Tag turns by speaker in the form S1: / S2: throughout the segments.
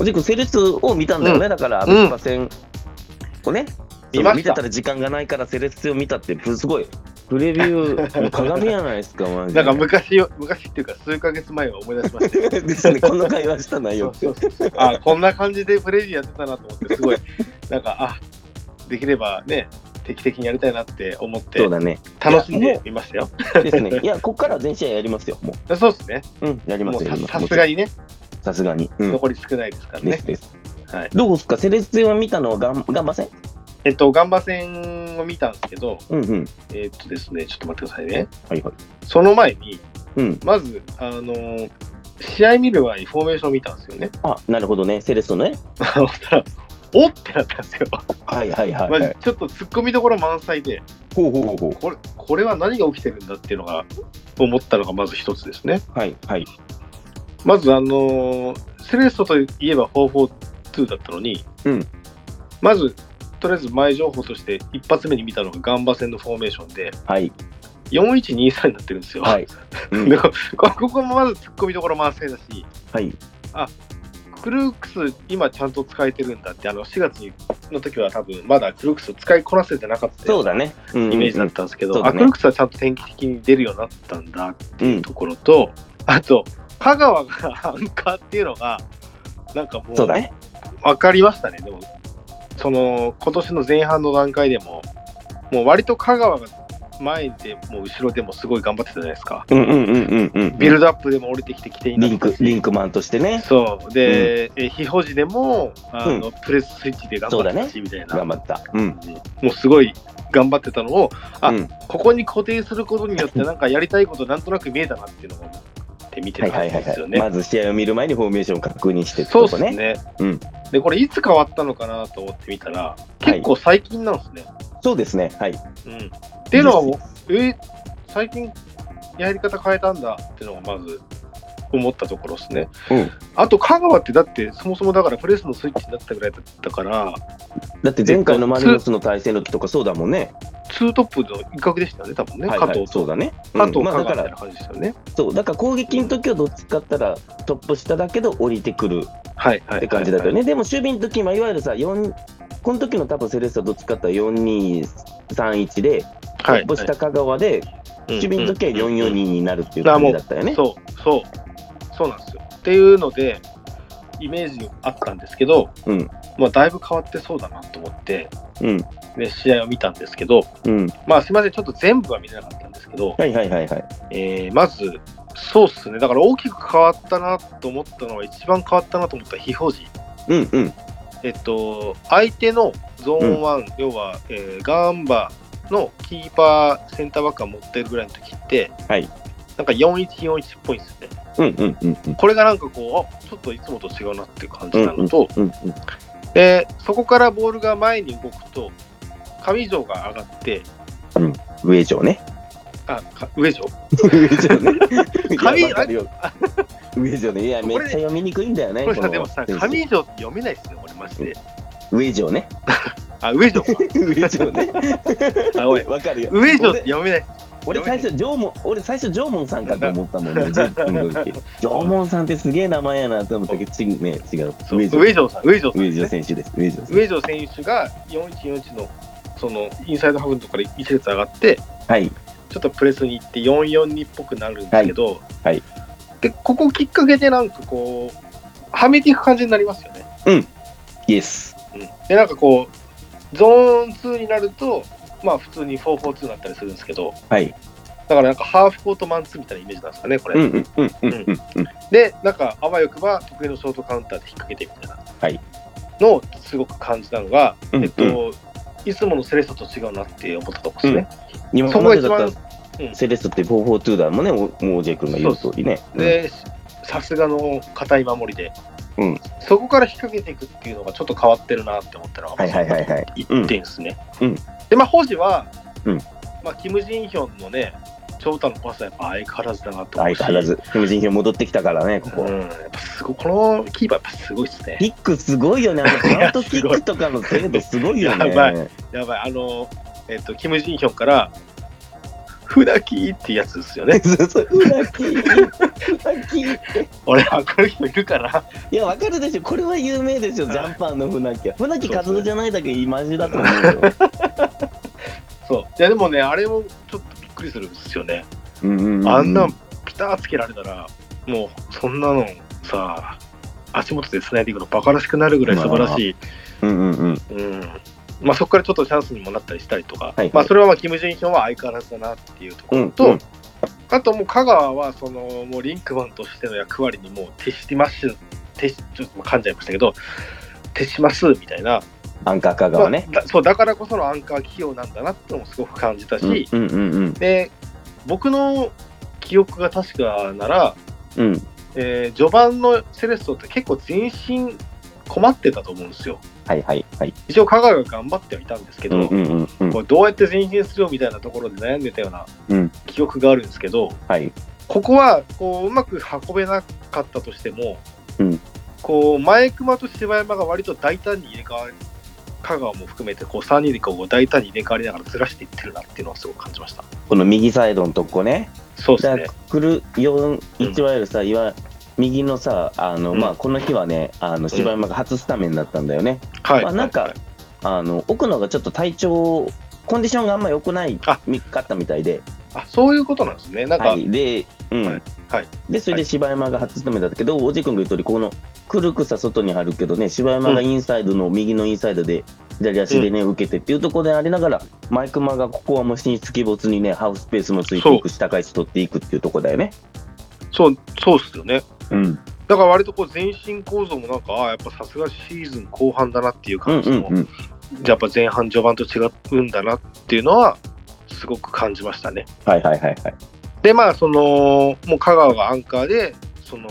S1: おじく成立を見たんだよね、
S2: う
S1: だから、
S2: うん
S1: 別馬戦をね、
S2: 見ました
S1: 見てたら時間がないから、セレッセを見たって、すごい、プレビュー、もう鏡やない ですか、マジで。
S2: なんか昔を、昔っていうか数ヶ月前を思い出しましたよ。
S1: ですね、こんな会話した内容 って。
S2: そうそうそうあこんな感じでプレビューやってたなと思って、すごい、なんか、あできればね、定期的にやりたいなって思って
S1: そう、だね。
S2: 楽しん
S1: いや
S2: で
S1: も
S2: みましたよ。
S1: うですね。いや、ここからは全試合やりますよ、も
S2: そうですね。
S1: う。うん、やりま
S2: も
S1: す
S2: う
S1: よ、
S2: さ
S1: やります
S2: さすがにね、
S1: さすがに。うん。
S2: 残り少ないですから
S1: で
S2: ね
S1: す。です。
S2: はい、
S1: どうですか、セレッセを見たのはガンガンバ戦
S2: えっと、ガンバ戦を見たんですけど、
S1: うんうん。
S2: えっとですね、ちょっと待ってくださいね。
S1: はいはい。
S2: その前に、
S1: うん。
S2: まず、あのー試合見る前にフォーメーション見たんですよね。
S1: あ、なるほどね、セレッソのね。
S2: そしたら、おってなったんですよ。
S1: はいはいはい、
S2: ま
S1: は
S2: あ
S1: い。
S2: ちょっと突っ込みどころ満載で、
S1: ほうほうほうほ
S2: これこれは何が起きてるんだっていうのが思ったのがまず一つですね。
S1: う。はいはい。
S2: まず、あのーセレッソといえば442だったのに、
S1: うん
S2: まず、とりあえず前情報として一発目に見たのがガンバ戦のフォーメーションで、
S1: はい。
S2: 4123になってるんですよ。
S1: はいうん
S2: でこここもまず突っ込みどころ満載だし、
S1: はい。
S2: クルークス今ちゃんと使えてるんだって、あの4月の時は多分まだクルークスを使いこなせてなかった
S1: そ
S2: よ
S1: う
S2: うな
S1: だね。うんうんうん
S2: イメージだったんですけど、
S1: そう
S2: あ
S1: だね
S2: クルークスはちゃんと天気的に出るようになったんだって
S1: うん。
S2: ところと、あと、香川が アンカーっていうのが、なんかもう
S1: そうだね。
S2: 分かりましたね、でも、その今年の前半の段階でも、もう割と香川が前でも後ろでもすごい頑張ってたじゃないですか。
S1: うんうんうんうんうん。
S2: ビルドアップでも降りてきてきてい
S1: リンク、リンクマンとしてね、
S2: そう。で、え非保持でも、あの、
S1: う
S2: プレススイッチで頑張ってたし、みたいな。
S1: 頑張った。うん。
S2: もうすごい頑張ってたのを、あ
S1: うん、
S2: ここに固定することによって、なんかやりたいことなんとなく見えたなっていうのを思って見て
S1: は
S2: た
S1: い
S2: ん
S1: はいはい
S2: ですよ
S1: は
S2: ね。
S1: い。まず試合を見る前にフォーメーションを確認してって
S2: そう
S1: こ
S2: です
S1: と
S2: ね
S1: ね。うん
S2: で、これいつ変わったのかなと思ってみたら、結構最近なんですね。
S1: そうですね。はい。
S2: うん。っていうのは
S1: で
S2: もう、え、最近やり方変えたんだっていうのがまず思ったところですね。
S1: うん。
S2: あと、香川ってだって、そもそもだからプレスのスイッチになったぐらいだったから、
S1: だって前回のマリノスの対戦の時とかそうだもんね。
S2: ツートップの一角でしたよね、多分ね、
S1: はい
S2: 加
S1: は
S2: 藤
S1: い。そうだね。うん
S2: 加藤
S1: まあだ
S2: 香川
S1: か
S2: みたい
S1: ら、
S2: な感じですよね。
S1: そう、だから攻撃の時はどっちかって言ったらトップ下だけど降りてくる
S2: はいはい。
S1: って感じだったよ
S2: ね。
S1: ね。でも守備の時今いわゆるさ、4、この時の多分セレッソはどっちかって言ったら4-2-3-1で、ト
S2: はい。
S1: ップ下香川で、守備の時は4-4-2
S2: 人
S1: になるっていう感じだったよね。
S2: そう、そう、そうなんですよ。っていうので、イメージあったんですけど、
S1: うん
S2: まあ、だいぶ変わってそうだなと思って、
S1: うん。
S2: ね、試合を見たんですけど、
S1: うん。
S2: まあ、すみません、ちょっと全部は見れなかったんですけど、
S1: はいはいはいはい。
S2: えーまず、そうっすね、だから大きく変わったなと思ったのは、一番変わったなと思ったのは、非表示。
S1: うんうん。
S2: えっと、相手のゾーン1、要は、えーガンバのキーパー、センターバックが持ってるぐらいの時って、
S1: はい
S2: なんか4141っぽいんですよね。
S1: うんうんうんうん。
S2: これがなんかこう、あちょっといつもと違うなっていう感じなのと、
S1: うん
S2: でそこからボールが前に動くと、上条が上がって、
S1: うん、上城ね。
S2: あか上条
S1: 上城ね。
S2: 紙
S1: いやわかるよ上城ね。いや、
S2: こ
S1: め
S2: れ
S1: っちゃ読みにくいんだよね。
S2: これ
S1: こ
S2: さ、
S1: の
S2: でもさ、
S1: 選手
S2: 上条って読めないですよ、これ、マジで。
S1: 上城ね。
S2: あ、上条か。
S1: 上城ね。
S2: あおい
S1: わかるよ。
S2: 上条って読めないです。
S1: 俺俺最初縄文俺最初縄文さんかと思ったもんね。ジェッツの時縄文さんってすげえ名前やなと思ったけど、ちね違う。
S2: そう
S1: 上城
S2: 上条さん、上条さんで
S1: 上
S2: すね、
S1: 城選手です。上城選
S2: 上条選手が4141のそのインサイドハーフのところから1列上がって、
S1: 手。はい。
S2: ちょっとプレスに行って442っぽくなるんだけど、
S1: はいはい
S2: でここきっかけでなんかこう、はめていく感じになりますよね。
S1: イエス。
S2: うんで、なんかこう、ゾーン2になると、まあ普通に442になったりするんですけど、
S1: はい。
S2: だからなんかハーフコートマンツーみたいなイメージなんですかね、これ。
S1: うんうんうんうんうんうん。
S2: で、なんかあわよくば得意のショートカウンターで引っ掛けてみたいな、
S1: はい
S2: のをすごく感じたのが、
S1: うん
S2: えっと、いつものセレッソと違うなって思ったとこですね。
S1: 今
S2: そこ
S1: ま
S2: が
S1: でだ
S2: 一番
S1: った、
S2: うん
S1: セレッソって442だもんね、もう OJ 君が言う通りね。
S2: で、さすがの堅い守りで、
S1: うん
S2: そこから引っ掛けていくっていうのがちょっと変わってるなって思ったのが、
S1: はいはいはいはい。
S2: 一点ですね。
S1: うん
S2: で、まあ、保持は、
S1: うん
S2: まあ、キム・ジンヒョンのね、長太のパスはやっぱ相変わらずだなと思う
S1: 相
S2: し
S1: 変わらず、キム・ジンヒョン戻ってきたからね、ここ。
S2: うん、やっぱすごい、このキーパーやっぱすごいですね。
S1: キックすごいよね、あの パントキックとかの精度すごいよね。
S2: やばやばい、あの、えっと、キム・ジンヒョンから、船木ってやつですよ ね。
S1: そうそう、うなき、うなき。
S2: 俺、わかる人いるかない
S1: や、わかるでしょ。これは有名でしょ。ジャンパンの船木は。船木活動じゃないだけマジだと思うよ。
S2: そう。いや、でもね、あれもちょっとびっくりするんですよね。
S1: うんうんう
S2: あんなんピターつけられたら、もう、そんなのさ、足元で繋いでいくのバカらしくなるぐらい素晴らしい。
S1: うんうんうん。
S2: うん。まあ、そこからちょっとチャンスにもなったりしたりとか、
S1: はい
S2: まあ、それはまあキム・ジェイヒョンは相変わらずだなっていうところと、
S1: うんうん
S2: あともう香川はそのもうリンクマンとしての役割にもう徹します徹しちょっと噛んじゃいましたけど徹しますみたいな、
S1: アンカー香
S2: まあ
S1: 川ね。
S2: だそうだからこそのアンカー企業なんだなってのもすごく感じたし、
S1: うんうんうん
S2: で僕の記憶が確かなら、
S1: うん。うん。
S2: えー序盤のセレッソって結構全身困ってたと思うんですよ
S1: はいはいはい。
S2: 一応香川が頑張ってはいたんですけ
S1: う
S2: ど、
S1: んうんうんうん
S2: こ。れどうやって前進するよみたいなところで悩んでたような
S1: うん
S2: 記憶があるんですけど、
S1: はい。
S2: ここはこううまく運べなかったとしても、
S1: うん
S2: こう前熊と柴山が割と大胆に入れ替わり香川も含めてこう3人でこう大胆に入れ替わりながらずらしていってるなっていうのはすごく感じました。
S1: この右サイドのとこね。
S2: そう
S1: じ
S2: です
S1: ゃ
S2: ね。
S1: くる4、
S2: うん
S1: いわゆるさ、いわ右のさ、あの、
S2: うん
S1: まあ、この日はね、あの、柴山が初スタメンだったんだよね。
S2: はい。
S1: まあなんか
S2: はい
S1: あの、奥野がちょっと体調、コンディションがあんま良くない
S2: あ
S1: みかったみたいで、
S2: あそういうことなんですね。なんか、
S1: はい、で、うん、
S2: はいはい
S1: で、それで柴山が初務めだったけど、おじくんが言う通り、この、くるくさ外に張るけどね、柴山がインサイドの、右のインサイドで、左足でね、受けてっていうところでありながら、マイクマがここはもう進出鬼没にね、ハウスペースもついていくし、高い位置取っていくっていうところだよね。
S2: そうそうですよね。
S1: うん。
S2: だから割とこう前進構造もなんかああやっぱさすがシーズン後半だなっていう
S1: うん
S2: 感
S1: う
S2: じ
S1: ん
S2: も、
S1: うん。
S2: やっぱ前半序盤と違うんだなっていうのはすごく感じましたね。
S1: はいはいはいはい。
S2: でまあそのもう香川がアンカーでその、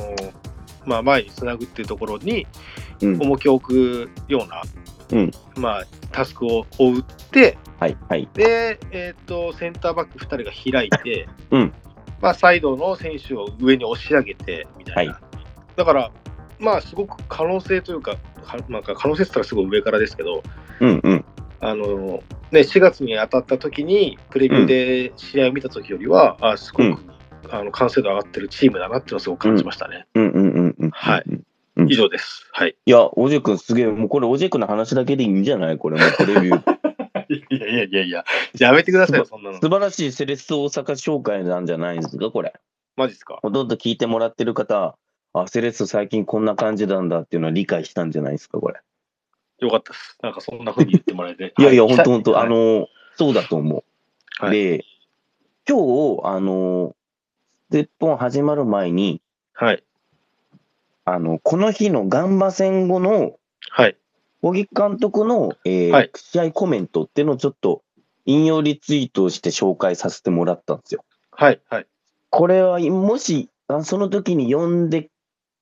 S2: まあ、前につなぐっていうところに
S1: うん。
S2: 重きを置くような、
S1: うん
S2: まあ、タスクを負って
S1: はいはい。
S2: で、えー、とセンターバック2人が開いて、
S1: うん
S2: まあ、サイドの選手を上に押し上げてみたいな。
S1: は
S2: だからまあすごく可能性というか、かなんか可能性って言ったらすごい上からですけど、
S1: うんうん。
S2: あのね、4月に当たった時に、プレビューで試合を見た時よりは、あすごく、
S1: うん
S2: あの完成度上がってるチームだなっていうのをすごく感じましたね。
S1: うんうんうんうん。
S2: はい。
S1: うん
S2: 以上です。はい。
S1: いや、おじくんすげえ、もうこれおじくんの話だけでいいんじゃないこれもうプレビュー。
S2: いやいやいやいや、やめてくださいよ、そんな の
S1: 素。晴らしいセレッソ大阪紹介なんじゃないんですか、これ。
S2: マジですか。
S1: ほとんど聞いてもらってる方、あ、セレッソ最近こんな感じなんだっていうのは理解したんじゃないですか、これ。。
S2: よかったです。なんかそんな風に言ってもらえて
S1: いやいや、
S2: は
S1: 本当本当
S2: はい
S1: あの、そうだと思う。
S2: はい
S1: で、今日、あの、日本始まる前に、
S2: はい。
S1: あの、この日のガンバ戦後の、
S2: はい。
S1: 小木監督の、えー
S2: はい
S1: 試合コメントっていうのをちょっと引用リツイートをして紹介させてもらったんですよ。
S2: はい。はい。
S1: これは、もし、あその時に呼んで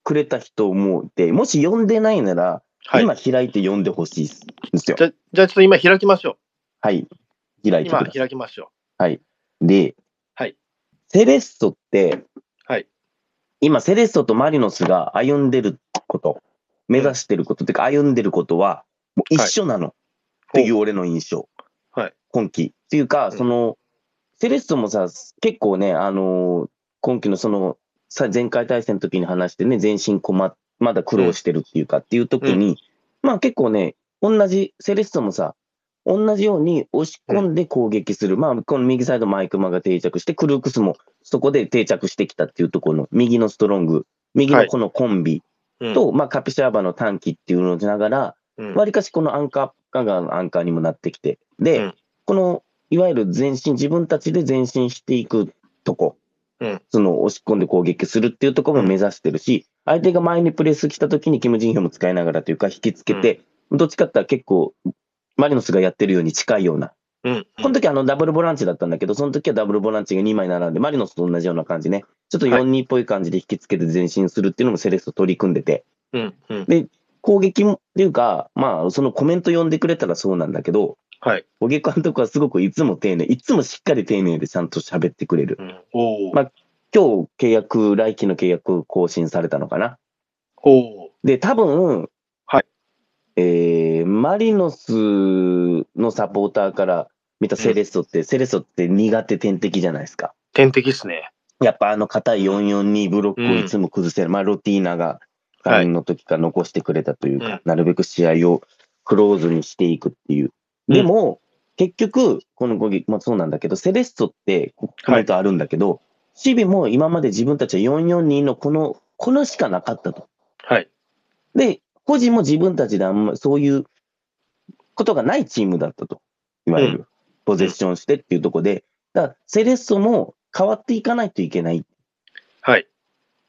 S1: くれた人もいて、もし呼んでないなら、
S2: はい
S1: 今開いて呼んでほしいですよ
S2: じ。ゃじゃあちょっと今開きましょ
S1: はい。開い
S2: う。
S1: てくだ
S2: 今
S1: さい。
S2: 開きましょ
S1: で、
S2: はい
S1: セレッソって、
S2: はい
S1: 今、セレッソとマリノスが歩んでること、目指してること、てか歩んでることは、もう一緒なの、っていう俺の印象。
S2: はい
S1: 今期。っていうか、
S2: うん
S1: その、セレッソもさ、結構ね、あのー今期のその、さ前回対戦の時に話してね、全身困っ、まだ苦労してるっていうか、っていう時に、まあ結構ね、同じ、セレッソもさ、同じように押し込んで攻撃する。まあ、この右サイドマイクマが定着して、クルークスもそこで定着してきたっていうところの、右のストロング、右のこのコンビ
S2: う。うん
S1: と、、まあ、カピシャーバの短期っていうのをしながら、
S2: うん
S1: わりかしこのアンカー、ガンガンアンカーにもなってきて、で、
S2: うん
S1: この、いわゆる前進、自分たちで前進していくとこ、
S2: うん
S1: その押し込んで攻撃するっていうところも目指してるし、相手が前にプレス来た時にキム・ジンヒョンも使いながらというか、引きつけて、どっちかって言ったら結構、マリノスがやってるように近いような。
S2: うん。
S1: この時あのダブルボランチだったんだけど、その時はダブルボランチが2枚並んで、マリノスと同じような感じね。ちょっと4-2っぽい感じで引きつけて前進するっていうのもセレッソ取り組んでて。
S2: うん。うん。
S1: 攻撃もっていうか、まあ、そのコメント読んでくれたらそうなんだけど、
S2: はい。
S1: 小木監督はすごくいつも丁寧、いつもしっかり丁寧でちゃんと喋ってくれる。
S2: うん、おお、
S1: ま今日契約、来期の契約更新されたのかな。
S2: おお。
S1: で、多分、
S2: はい。
S1: えー、マリノスのサポーターから、見たセレッソって、セレッソって苦手天敵じゃないですか。
S2: 天敵っすね。
S1: やっぱあの硬い442ブロックをいつも崩せる、まあロティーナが会員の時から残してくれたというか、
S2: うん
S1: なるべく試合をクローズにしていくっていう。
S2: うん
S1: でも、結局、この5まあそうなんだけど、セレッソってコメントあるんだけど、守備も今まで自分たちは442のこの、このしかなかったと。
S2: はい。
S1: で、個人も自分たちであんまそういうことがないチームだったと、いわゆる、ポゼッションしてっていうところで、だからセレッソも変わっていかないといけない。だか
S2: はい。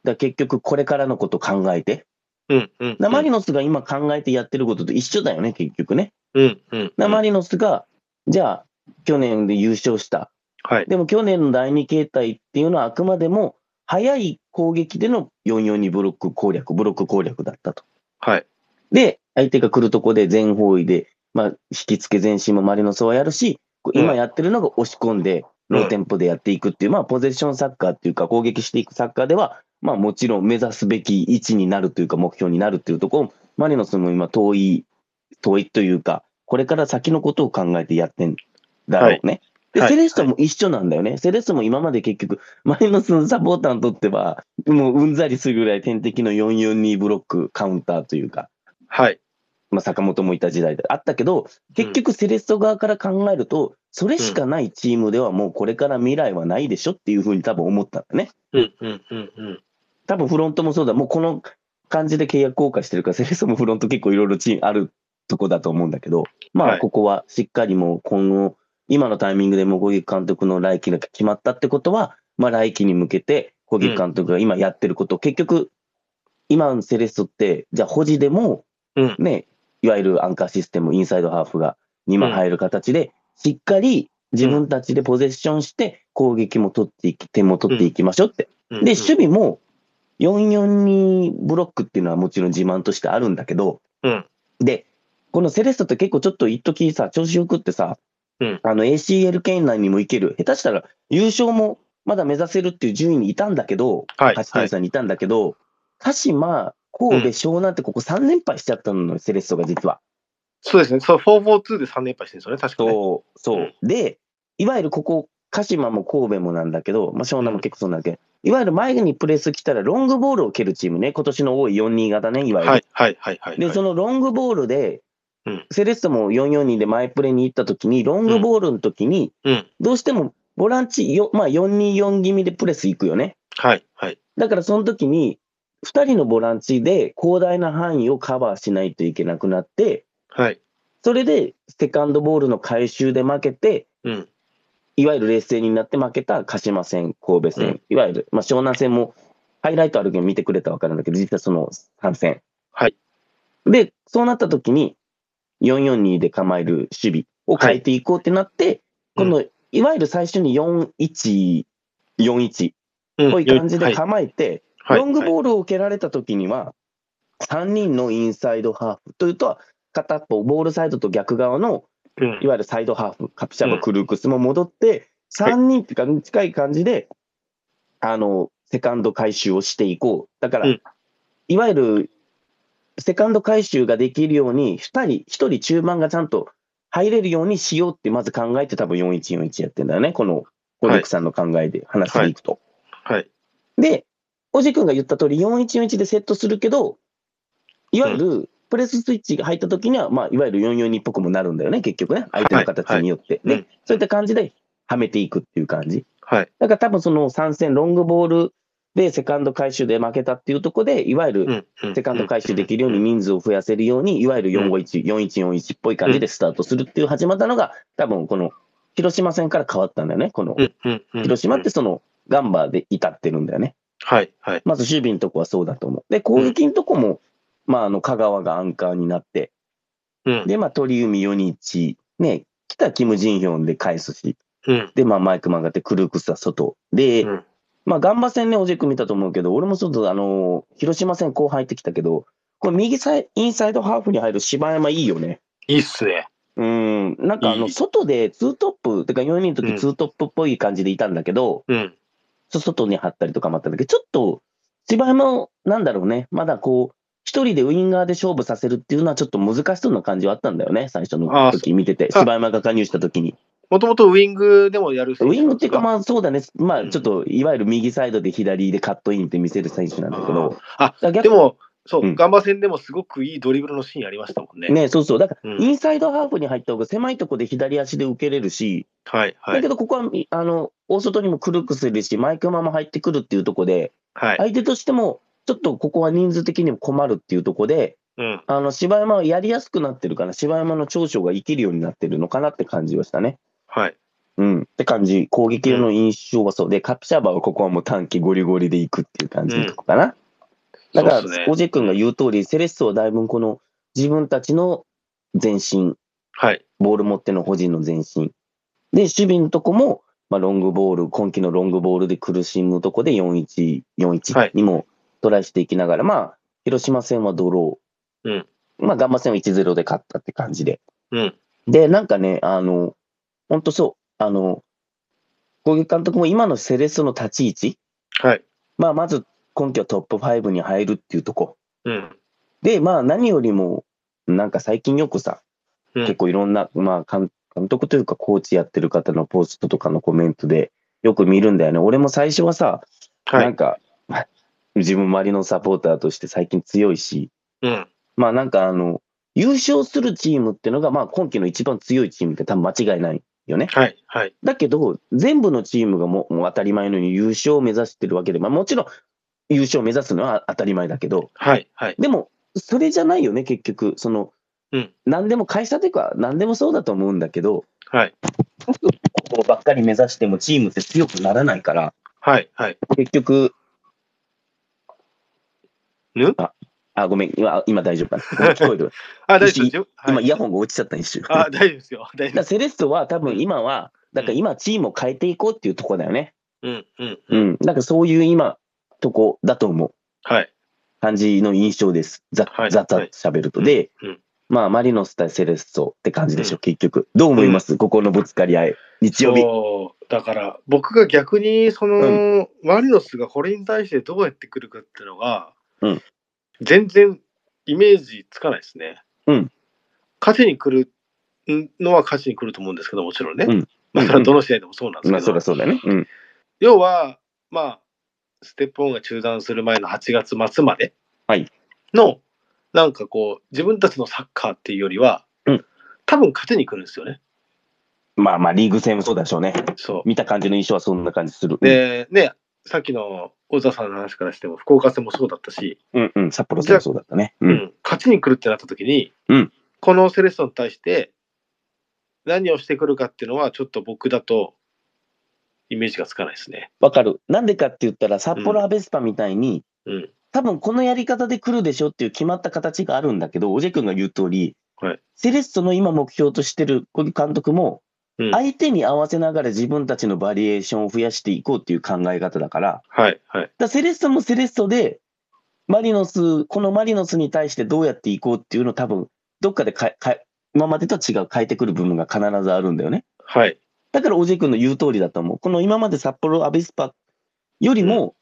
S1: ら結局、これからのことを考えて、
S2: うんうん。
S1: なマリノスが今考えてやってることと一緒だよね、結局ね。
S2: うんうん。
S1: なマリノスが、じゃあ、去年で優勝した。
S2: はい。
S1: でも去年の第2形態っていうのはあくまでも、早い攻撃での442ブロック攻略、ブロック攻略だったと。
S2: はい。
S1: で、相手が来るとこで全方位で、まあ、引き付け前進もマリノスはやるし、こう
S2: うん
S1: 今やってるのが押し込んで、
S2: うん
S1: ローテンポでやっていくっていう、まあ、ポゼッションサッカーっていうか、攻撃していくサッカーでは、まあ、もちろん目指すべき位置になるというか、目標になるっていうところ、マリノスも今、遠い、遠いというか、これから先のことを考えてやってんだろうね。で、
S2: はい
S1: セレッソも一緒なんだよね。セレッソも今まで結局、マリノスのサポーターにとっては、もううんざりするぐらい天敵の442ブロック、カウンターというか、
S2: はい。
S1: まあ、坂本もいた時代であったけど、結局、セレッソ側から考えると、それしかないチームではもうこれから未来はないでしょっていうふうに多分思ったんだね。
S2: うんうんうんうん。
S1: 多分フロントもそうだ、もうこの感じで契約更改してるから、セレッソもフロント結構いろいろチームあるとこだと思うんだけど、ま
S2: は
S1: あ、
S2: い
S1: ここはしっかりもう今後、今のタイミングでもう攻撃監督の来期が決まったってことは、まあ、来期に向けて攻撃監督が今やってること、結局、今のセレッソって、じゃあ、保持でも、
S2: うん。
S1: ね、いわゆるアンカーシステム、インサイドハーフが2
S2: う
S1: 枚
S2: ん
S1: 入る形で、しっかり自分たちでポゼッションして、攻撃も取っていき、点も取っていきましょうって。
S2: うん
S1: で、守備も442ブロックっていうのはもちろん自慢としてあるんだけど、
S2: うん
S1: で、このセレッソって結構ちょっと一時さ、調子よくってさ、
S2: うん
S1: あの ACL 圏内にも行ける、下手したら優勝もまだ目指せるっていう順位にいたんだけど、
S2: はい。
S1: 八谷
S2: はい。
S1: さんにいたんだけど、鹿島、神戸、湘南ってここ3連敗しちゃったのよ、セレッソが実は。
S2: そうですね。そう、4-4-2で3連敗してるんですよね、確かに。
S1: そう、そう。で、いわゆるここ、鹿島も神戸もなんだけど、まあ、湘南も結構そうなんだけど、いわゆる前にプレス来たらロングボールを蹴るチームね、今年の多い4-2型ね、いわゆる。
S2: はい。はい。はい。はい。
S1: で、そのロングボールで、
S2: うん
S1: セレッソも4-4-2で前プレーに行った時に、ロングボールの時に、
S2: うん。
S1: どうしてもボランチよ、まあ、4-2-4気味でプレス行くよね。
S2: はい。はい。
S1: だからその時に、2人のボランチで広大な範囲をカバーしないといけなくなって、
S2: はい。
S1: それでセカンドボールの回収で負けて、
S2: うん。
S1: いわゆる冷静になって負けた鹿島戦、神戸戦、
S2: うん
S1: いわゆる、まあ、湘南戦もハイライトあるけど見てくれたら分かるんだけど、実はその3戦。
S2: はい。
S1: で、そうなった時に、442で構える守備を変えていこうってなって、
S2: はい
S1: この、いわゆる最初に4141
S2: うん
S1: こういう感じ
S2: は
S1: で
S2: い
S1: 構えて、
S2: はい
S1: ロング
S2: はい
S1: ボールを受けられた時には、3人のインサイドハーフというと、片っぽ、ボールサイドと逆側の、
S2: うん
S1: いわゆるサイドハーフ、カプシャ
S2: う
S1: バ、
S2: ん
S1: クルークスも戻って、
S2: はい
S1: 3人ってか近い感じで、あの、セカンド回収をしていこう。だか
S2: う
S1: ら
S2: ん、
S1: いわゆる、セカンド回収ができるように、2人、1人中盤がちゃんと入れるようにしようって、まず考えて、多分4141やってんだよね、この、コリックさんの考えで話していくと。
S2: はい。
S1: で、おじくんが言った通り、4141でセットするけど、いわゆるプレススイッチが入った時には、まあ、いわゆる442っぽくもなるんだよね、結局ね、相手の形によって。
S2: はいはいう
S1: で
S2: ん、
S1: そういった感じではめていくっていう感じ。
S2: はい。
S1: だから多分その参戦、ロングボールでセカンド回収で負けたっていうところで、いわゆ
S2: う
S1: る
S2: んうん
S1: セカンド回収できるように人数を増やせるように、いわゆる451、4141っぽい感じでスタートするっていう始まったのが、多分この広島戦から変わったんだよね、この
S2: うんうんうん
S1: 広島ってそのガンバで至ってるんだよね。
S2: はいはい
S1: まず守備のとこはそうだと思う。で、攻撃のとこも、まあ、あの、香川がアンカーになって、
S2: うん
S1: で、まあ、鳥海、四日、ね、北キム・ジンヒョンで返すし、
S2: うん
S1: で、まあ、マイクマンがあって、クルークスは外。で、
S2: うん
S1: まあ、ガンバ戦ね、おじく見たと思うけど、俺もちょっと、あの、広島戦後半入ってきたけど、これ右サイインサイドハーフに入る柴山いいよね。
S2: いいっすね
S1: うん、なんかあの、
S2: いい
S1: 外でツートップ、てか4人の
S2: う
S1: 時
S2: ん
S1: ツートップっぽい感じでいたんだけど、
S2: うん
S1: ちょっと外に張ったりとかもあったんだけど、ちょっと、芝居も、なんだろうね、まだこう、一人でウインガーで勝負させるっていうのはちょっと難しそうな感じはあったんだよね、最初の
S2: ああ
S1: 時見てて、
S2: そう
S1: 芝居が加入した時に。
S2: もともとウイングでもやる選
S1: ウ
S2: 手
S1: ィングっていうか、
S2: なんで
S1: まあそうだね、まあ
S2: うん
S1: ちょっといわゆる右サイドで左でカットインって見せる選手なんだけど、
S2: あ
S1: だから
S2: すかでも、そう、
S1: うん
S2: ガンバ戦でもすごくいいドリブルのシーンありましたもんね。
S1: ね、そうそう、だか
S2: う
S1: ら
S2: ん
S1: インサイドハーフに入った方が狭いとこで左足で受けれるし、
S2: はい、は
S1: だ
S2: い
S1: け。どここはあの大外にも軽くするし、マイクマも入ってくるっていうとこで、
S2: はい。
S1: 相手としてもちょっとここは人数的にも困るっていうとこで、
S2: うん。
S1: あの柴山はやりやすくなってるから、柴山の長所が生きるようになってるのかなって感じはしたね。
S2: はい。
S1: うん、って感じ、攻撃の印象はそうで、カプシャバはここはもう短期ゴリゴリでいくっていう感じのとこかな。だから、
S2: そうっすね
S1: オジェ君が言う通り、セレッソはだいぶこの自分たちの前進、
S2: はい。
S1: ボール持っての個人の前進。で、守備のとこも、まあ、ロングボール、今季のロングボールで苦しむとこで4-1、
S2: はい
S1: 4-1にもトライしていきながら、まあ、広島戦はドロー。
S2: うん
S1: まあ、ガンバ戦は1-0で勝ったって感じで。
S2: うん。
S1: で、なんかね、あの、本当そう、あの、攻撃監督も今のセレッソの立ち位置、
S2: はい。
S1: まあ、まず今季はトップ5に入るっていうとこ。
S2: うん。
S1: で、まあ、何よりも、なんか最近よくさ、
S2: うん
S1: 結構いろんな、まあ監、監督というか、コーチやってる方のポストとかのコメントで、よく見るんだよね。俺も最初はさ、
S2: は
S1: なん
S2: い。
S1: か、 自分周りのサポーターとして最近強いし、
S2: うん。
S1: まあなんかあの、優勝するチームっていうのが、まあ今季の一番強いチームって多分間違いないよね。
S2: はい。はい。
S1: だけど、全部のチームがもうもう当たり前のように優勝を目指してるわけで、まあもちろん優勝を目指すのは当たり前だけど、
S2: はい。はい。
S1: でも、それじゃないよね、結局。その、
S2: うん
S1: 何でも会社というか、何でもそうだと思うんだけど、
S2: はい。
S1: ここばっかり目指してもチームって強くならないから、
S2: はい。はい。
S1: 結局、
S2: ぬ
S1: ああ、ごめん、今、今大丈夫かな。ごめ ん聞こえる。
S2: あ、大丈夫ですよ。はい
S1: 今、イヤホンが落ちちゃった一瞬。
S2: あ、大丈夫です
S1: だ
S2: よ。大丈
S1: か
S2: 夫で
S1: ら
S2: す。
S1: セレッソは多分今は、だから今チームを変えていこうっていうとこだよね。
S2: うん。うん。
S1: う
S2: うん。
S1: ん。だからそういう今、とこだと思う
S2: はい。
S1: 感じの印象です。ざ
S2: はい
S1: ざっざっ喋ると。で
S2: うんうん、
S1: まあ、マリノス対セレッソって感じでし
S2: う
S1: ょ、結局。どう思いますここのぶつかり合い。日曜日。
S2: そうだから僕が逆にその、
S1: う
S2: マリノスがこれに対してどうやってくるかっていうのが、
S1: うん
S2: 全然イメージつかないですね。
S1: うん
S2: 勝ちに来るのは勝ちに来ると思うんですけどもちろんね、
S1: うん
S2: まあ、それはどの試合でもそうなんです
S1: まあ、
S2: けど、
S1: そりゃそうだね。うん。
S2: 要はまあステップオンが中断する前の8月末まで
S1: はい
S2: のなんかこう自分たちのサッカーっていうよりは、
S1: うん
S2: 多分勝ちに来るんですよね。
S1: まあまあ、リーグ戦もそうでしょうね。
S2: そう
S1: 見た感じの印象はそんな感じする。
S2: で、ね、さっきの小沢さんの話からしても、福岡戦もそうだったし、
S1: うんうん、札幌戦もそうだったね。う。
S2: うんん勝ちに来るってなった時に、
S1: うん
S2: このセレッソに対して、何をしてくるかっていうのは、ちょっと僕だと、イメージがつかないですね。
S1: わかる。なんでかって言ったら、札幌アベスパみたいに、
S2: うん。
S1: 多分このやり方で来るでしょっていう決まった形があるんだけど、オジェ君が言う通り、
S2: はい
S1: セレッソの今目標としてる小木監督も、
S2: うん
S1: 相手に合わせながら自分たちのバリエーションを増やしていこうっていう考え方だから、だか
S2: はい、はい。
S1: らセレッソもセレッソで、マリノス、このマリノスに対してどうやっていこうっていうのを多分、どっかでかえかえ今までとは違う変えてくる部分が必ずあるんだよね。
S2: はい。
S1: だから、おじい君の言う通りだと思う。この今まで札幌アベスパよりも、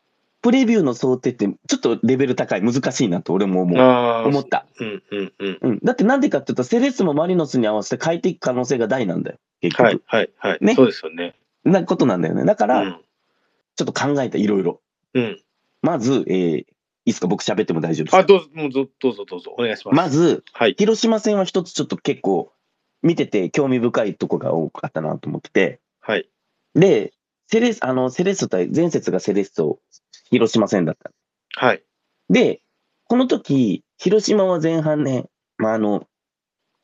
S1: プレビューの想定って、ちょっとレベル高い、難しいなと俺も思う。
S2: ああ、
S1: 思った。
S2: うん、うん、うん。
S1: うん。だってなんでかって言ったら、セレッソもマリノスに合わせて変えていく可能性が大なんだよ。結局。
S2: はい、はい、はい。
S1: ね
S2: そうですよね。
S1: なことなんだよね。だか
S2: う
S1: ら、
S2: ん。
S1: ちょっと考えた、いろいろ。
S2: うん。
S1: まず、えー、いいっすか、僕喋っても大丈夫です
S2: あ、
S1: か。
S2: どうぞ、もうぞどうぞ、どうぞ、お願いします。
S1: まず、
S2: はい。
S1: 広島戦は一つちょっと結構、見てて興味深いとこが多かったなと思ってて、
S2: はい。
S1: で、セレス、あの、セレッソ対、前節がセレッソ、広島戦だった。
S2: はい。
S1: で、この時、広島は前半ね、まあ、あの、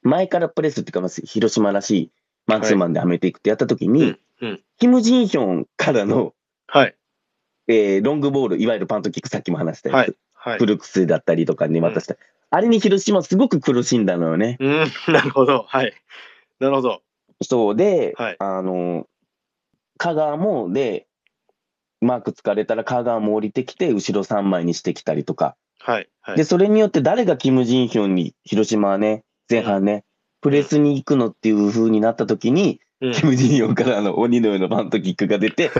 S1: 前からプレスっていうか、まあ、広島らしいマンツーマンではめていくってやった時に、
S2: うんうん
S1: キム・ジンヒョンからの、
S2: はい。
S1: えーロングボール、いわゆるパントキック、さっきも話したやつ、
S2: はい。はい
S1: フ。ルクスだったりとかに渡した、あれに広島すごく苦しんだのよね。
S2: うん、 なるほど。はい。なるほど。
S1: そうで、
S2: はい
S1: あの、香川も、で、マーク疲れたら香川も降りてきて、後ろ3枚にしてきたりとか、
S2: はい。はい
S1: で、。それによって誰がキム・ジンヒョンに、広島はね、前半ね、プレスに行くのっていう風になった時に、
S2: うん
S1: キム・ジンヒョンからの鬼のようなバントキックが出 て、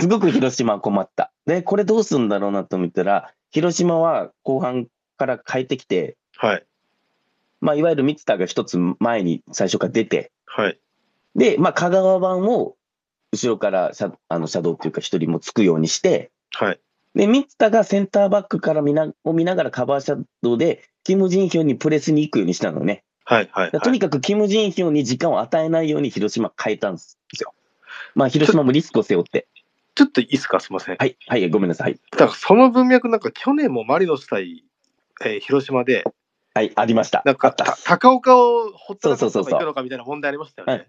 S1: すごく広島は困った。で、これどうするんだろうなと思ったら、広島は後半から変えてきて、
S2: はい。
S1: まあ、いわゆる三田が一つ前に最初から出て、
S2: はい。
S1: で、まあ、香川版を後ろからシャあのシャドウっていうか一人もつくようにして、
S2: はい。
S1: で、三田がセンターバックから見なを見ながらカバーシャドウで、キム・ジンヒョンにプレスに行くようにしたのね。
S2: はい。はい。
S1: だからと
S2: は
S1: に
S2: い。
S1: かくキム・ジンヒョンに時間を与えないように広島変えたんですよ。まあ、広島もリスクを背負って。
S2: ちょっといいですか、すいません。
S1: はい、はい、ごめんなさい。
S2: だからその文脈なんか去年もマリノス対、えー広島で、
S1: はい、ありました。
S2: なん
S1: あ
S2: か
S1: った
S2: た高岡をほったらかし
S1: そうそうそうそう
S2: のがいくのかみたいな問題ありましたよね。
S1: はい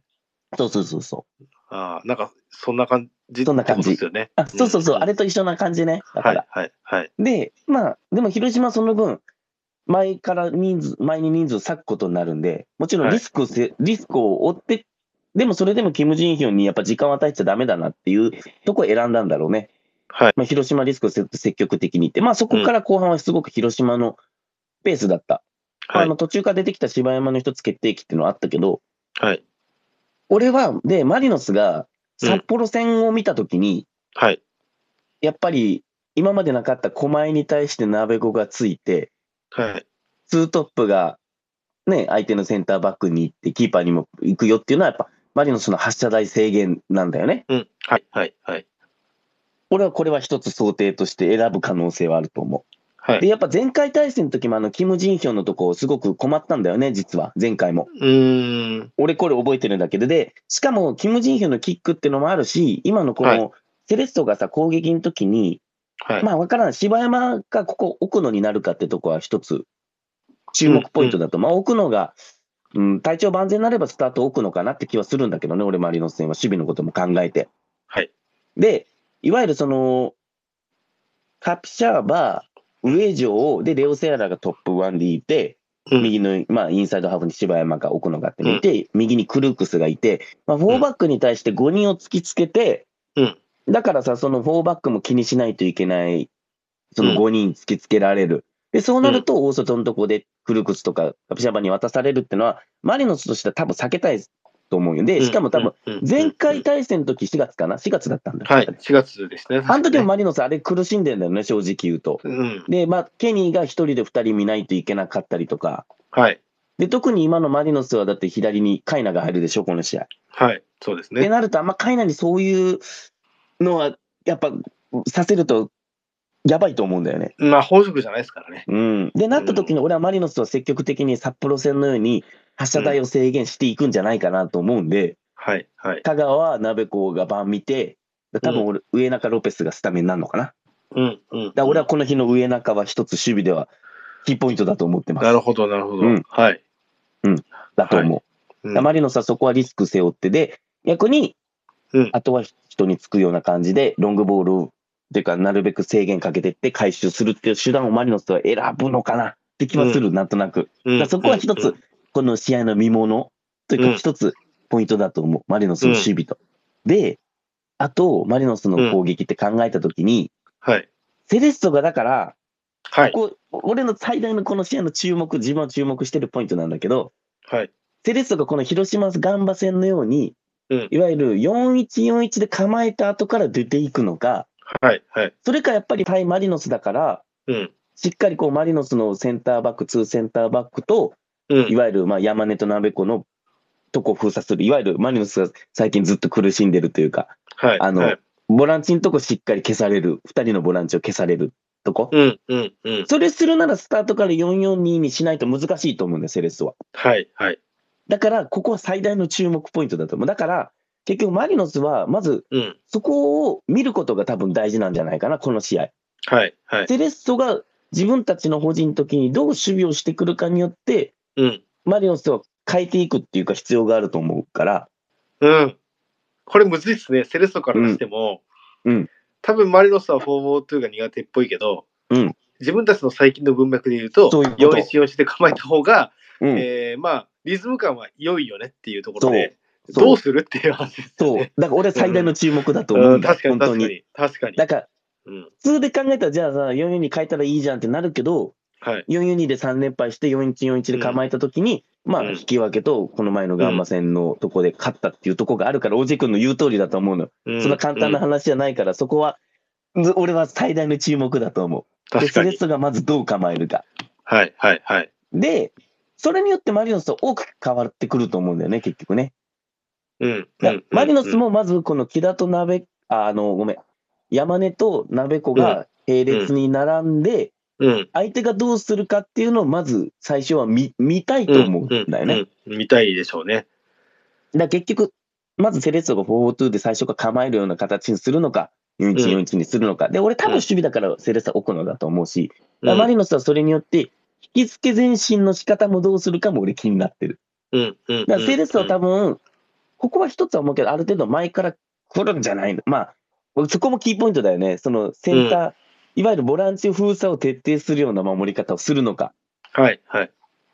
S1: そうそうそうそう。
S2: ああなんかそんな感じ
S1: そんな感じ
S2: ってことですよね。
S1: あそうそうそう、
S2: ん
S1: あれと一緒な感じね。だから。
S2: はいはいはい。
S1: で、まあ、でも広島はその分、前から人数、前に人数を割くことになるんで、もちろんリスクをせ、リスクを負って、でもそれでもキム・ジンヒョンにやっぱ時間を与えちゃダメだなっていうとこを選んだんだろうね。
S2: はい。
S1: まあ、広島リスクをせ積極的にいって、まあそこから後半はすごく広島のペースだった。
S2: は
S1: あ
S2: い
S1: の途中から出てきた柴山の一つ決定機っていうのはあったけど、
S2: はい
S1: 俺は、で、マリノスが札幌戦を見たときに、
S2: はい。
S1: やっぱり今までなかった狛江に対して鍋子がついて、
S2: はい。
S1: ツートップが、ね、相手のセンターバックに行って、キーパーにも行くよっていうのは、やっぱ、マリノスの発射台制限なんだよね。
S2: うん。はいはいはい。
S1: 俺はこれは一つ想定として選ぶ可能性はあると思
S2: は
S1: う。で、
S2: い。
S1: やっぱ前回対戦の時も、あの、キム・ジンヒョンのとこ、すごく困ったんだよね、実は、前回も。
S2: うーん。
S1: 俺これ覚えてるんだけど、で、しかも、キム・ジンヒョンのキックっていうのもあるし、今のこ
S2: はい
S1: の、セレッソがさ、攻撃の時に、
S2: はい。
S1: まあ、わからん。柴山がここ、奥野になるかってとこは一つ、注目ポイントだと。まあ、奥野が、うん、体調万全になればスタート奥野かなって気はするんだけどね、俺、マリノス戦は守備のことも考えて。
S2: はい。
S1: で、いわゆるその、カピシャーバー、上城で、レオ・セアラがトップ1でいて、
S2: うん
S1: 右の、まあ、インサイドハーフに柴山が奥野がっていて、右にクルークスがいて、まあ、4バックに対して5人を突きつけて、
S2: うん。
S1: だからさ、その4バックも気にしないといけない、その
S2: うん
S1: 5人突きつけられる。で、そうなると、大外のとこでクルクスとかカピシャバに渡されるってのは、マリノスとしては多分避けたいと思うよ。で、しかも多分、
S2: うん、うん
S1: 前回
S2: うん
S1: 対戦の時4月かな ?4 月だったんだ。
S2: はい。4月ですね。
S1: あの時も
S2: 確か
S1: マリノスあれ苦しんでんだよね、正直言うと。
S2: にねうん。
S1: で、まあ、ケニーが1人で2人見ないといけなかったりとか。
S2: はい。
S1: で、特に今のマリノスはだって左にカイナが入るでしょ、この試合。
S2: はい。そうです
S1: って
S2: ね。
S1: なると、あんま海内にそういうのは、やっぱさせると、やばいと思うんだよね。
S2: まあ本職じゃないですからね。
S1: うん、で、なった時に、俺はマリノスは積極的に札幌戦のように、発射台を制限していくんじゃないかなと思うんで、
S2: はい。はい。
S1: 香川は鍋子が番見て、多分俺、上中ロペスがスタメンになるのかな。だか
S2: うん。うん。
S1: ら俺はこの日の上中は一つ守備では、キーポイントだと思ってます。
S2: なるほど、なるほど。
S1: うん
S2: はい。
S1: だと思う。
S2: う
S1: だ
S2: ん
S1: からマリノスはそこはリスク背負ってで、逆に
S2: うん。
S1: あとは人につくような感じで、ロングボールを、ていうか、なるべく制限かけてって回収するっていう手段をマリノスは選ぶのかなって気はする、なんとなく。
S2: う
S1: だ
S2: ん
S1: からそこは一
S2: うん
S1: つ、この試合の見ものという
S2: う
S1: か、
S2: ん
S1: 一つポイントだと思う、マリノスの守備と。で、あと、マリノスの攻撃って考えたときに、
S2: はい。
S1: セレッソがだから、
S2: はい。
S1: こう俺の最大のこの試合の注目、自分は注目してるポイントなんだけど、
S2: はい。
S1: セレッソがこの広島ガンバ戦のように、
S2: うん
S1: いわゆる4-1-4-1で構えた後から出ていくのか、
S2: はい。はい。
S1: それかやっぱり対マリノスだから、
S2: うん。
S1: しっかりこうマリノスのセンターバック、2センターバックと、
S2: う
S1: い
S2: ん。
S1: わゆるまあ山根と鍋子のとこを封鎖する、いわゆるマリノスが最近ずっと苦しんでるというか、
S2: はい。
S1: あの
S2: はい
S1: ボランチのとこしっかり消される、2人のボランチを消されるとこ。
S2: うん。うん。うん。
S1: それするならスタートから4-4-2にしないと難しいと思うんだよ、セレッソは。
S2: はい。はい。
S1: だから、ここは最大の注目ポイントだと思う。だから、結局、マリノスは、まず、
S2: うん。
S1: そこを見ることが多分大事なんじゃないかな、この試合。
S2: はい。はい。
S1: セレッソが自分たちの保持の時にどう守備をしてくるかによって、
S2: うん。
S1: マリノスは変えていくっていうか必要があると思うから、
S2: うん。これむずいっすね。セレッソからしても。
S1: うんうん
S2: 多分マリノスは4-4-2が苦手っぽいけど、
S1: うん
S2: 自分たちの最近の文脈で言うと、
S1: そういうこと
S2: 4-1-4-1で構えた方が、
S1: うん
S2: えーまあ、リズム感は良いよねっていうところで、
S1: そう
S2: どうするっていう話ですよ
S1: そう
S2: ね。。
S1: だから俺は最大の注目だと思う
S2: うんん
S1: だ、
S2: 確かに
S1: 本当
S2: 確か
S1: に。
S2: に確かに。
S1: だから、
S2: うん、
S1: 普通で考えたら、じゃあさ、44に変えたらいいじゃんってなるけど、
S2: はい。
S1: 442で3連敗して、4141で構えたときに、まあ、
S2: うん
S1: 引き分けと、この前のガンマ戦のとこで勝ったっていうとこがあるから、OJ 君の言う通りだと思うのよ。そんな簡単な
S2: うん
S1: 話じゃないから、そこは、ず俺は最大の注目だと思う。で、
S2: 確
S1: セ
S2: か
S1: レッ
S2: に。
S1: ソがまずどう構えるか。
S2: はいはいはい。
S1: で、それによってマリノスと多く変わってくると思うんだよね、結局ね。
S2: うん。
S1: だからマリノスも
S2: も
S1: まずこの木田と鍋、ああの、ごめん、山根と鍋子が並列に並んで、
S2: うん。
S1: 相手がどうするかっていうのをまず最初は見見たいと思うんだよね。だか
S2: うんうん見たいでしょうね。
S1: ら結局、まずセレッソが4-4-2で最初から構えるような形にするのか、4-1-4-1にするのか。で、俺多分守備だからセレッソは置くのだと思うし、だからマリノスはそれによって、引き付け前進の仕方もどうするかも俺気になってる。
S2: うんうん。
S1: だからセレッソは多
S2: 分、
S1: 分、ここは一つは思うけど、ある程度前から来るんじゃないの。まあ、俺そこもキーポイントだよね。そのセンター、いわゆるボランチ封鎖を徹底するような守り方をするのか。
S2: はいはい。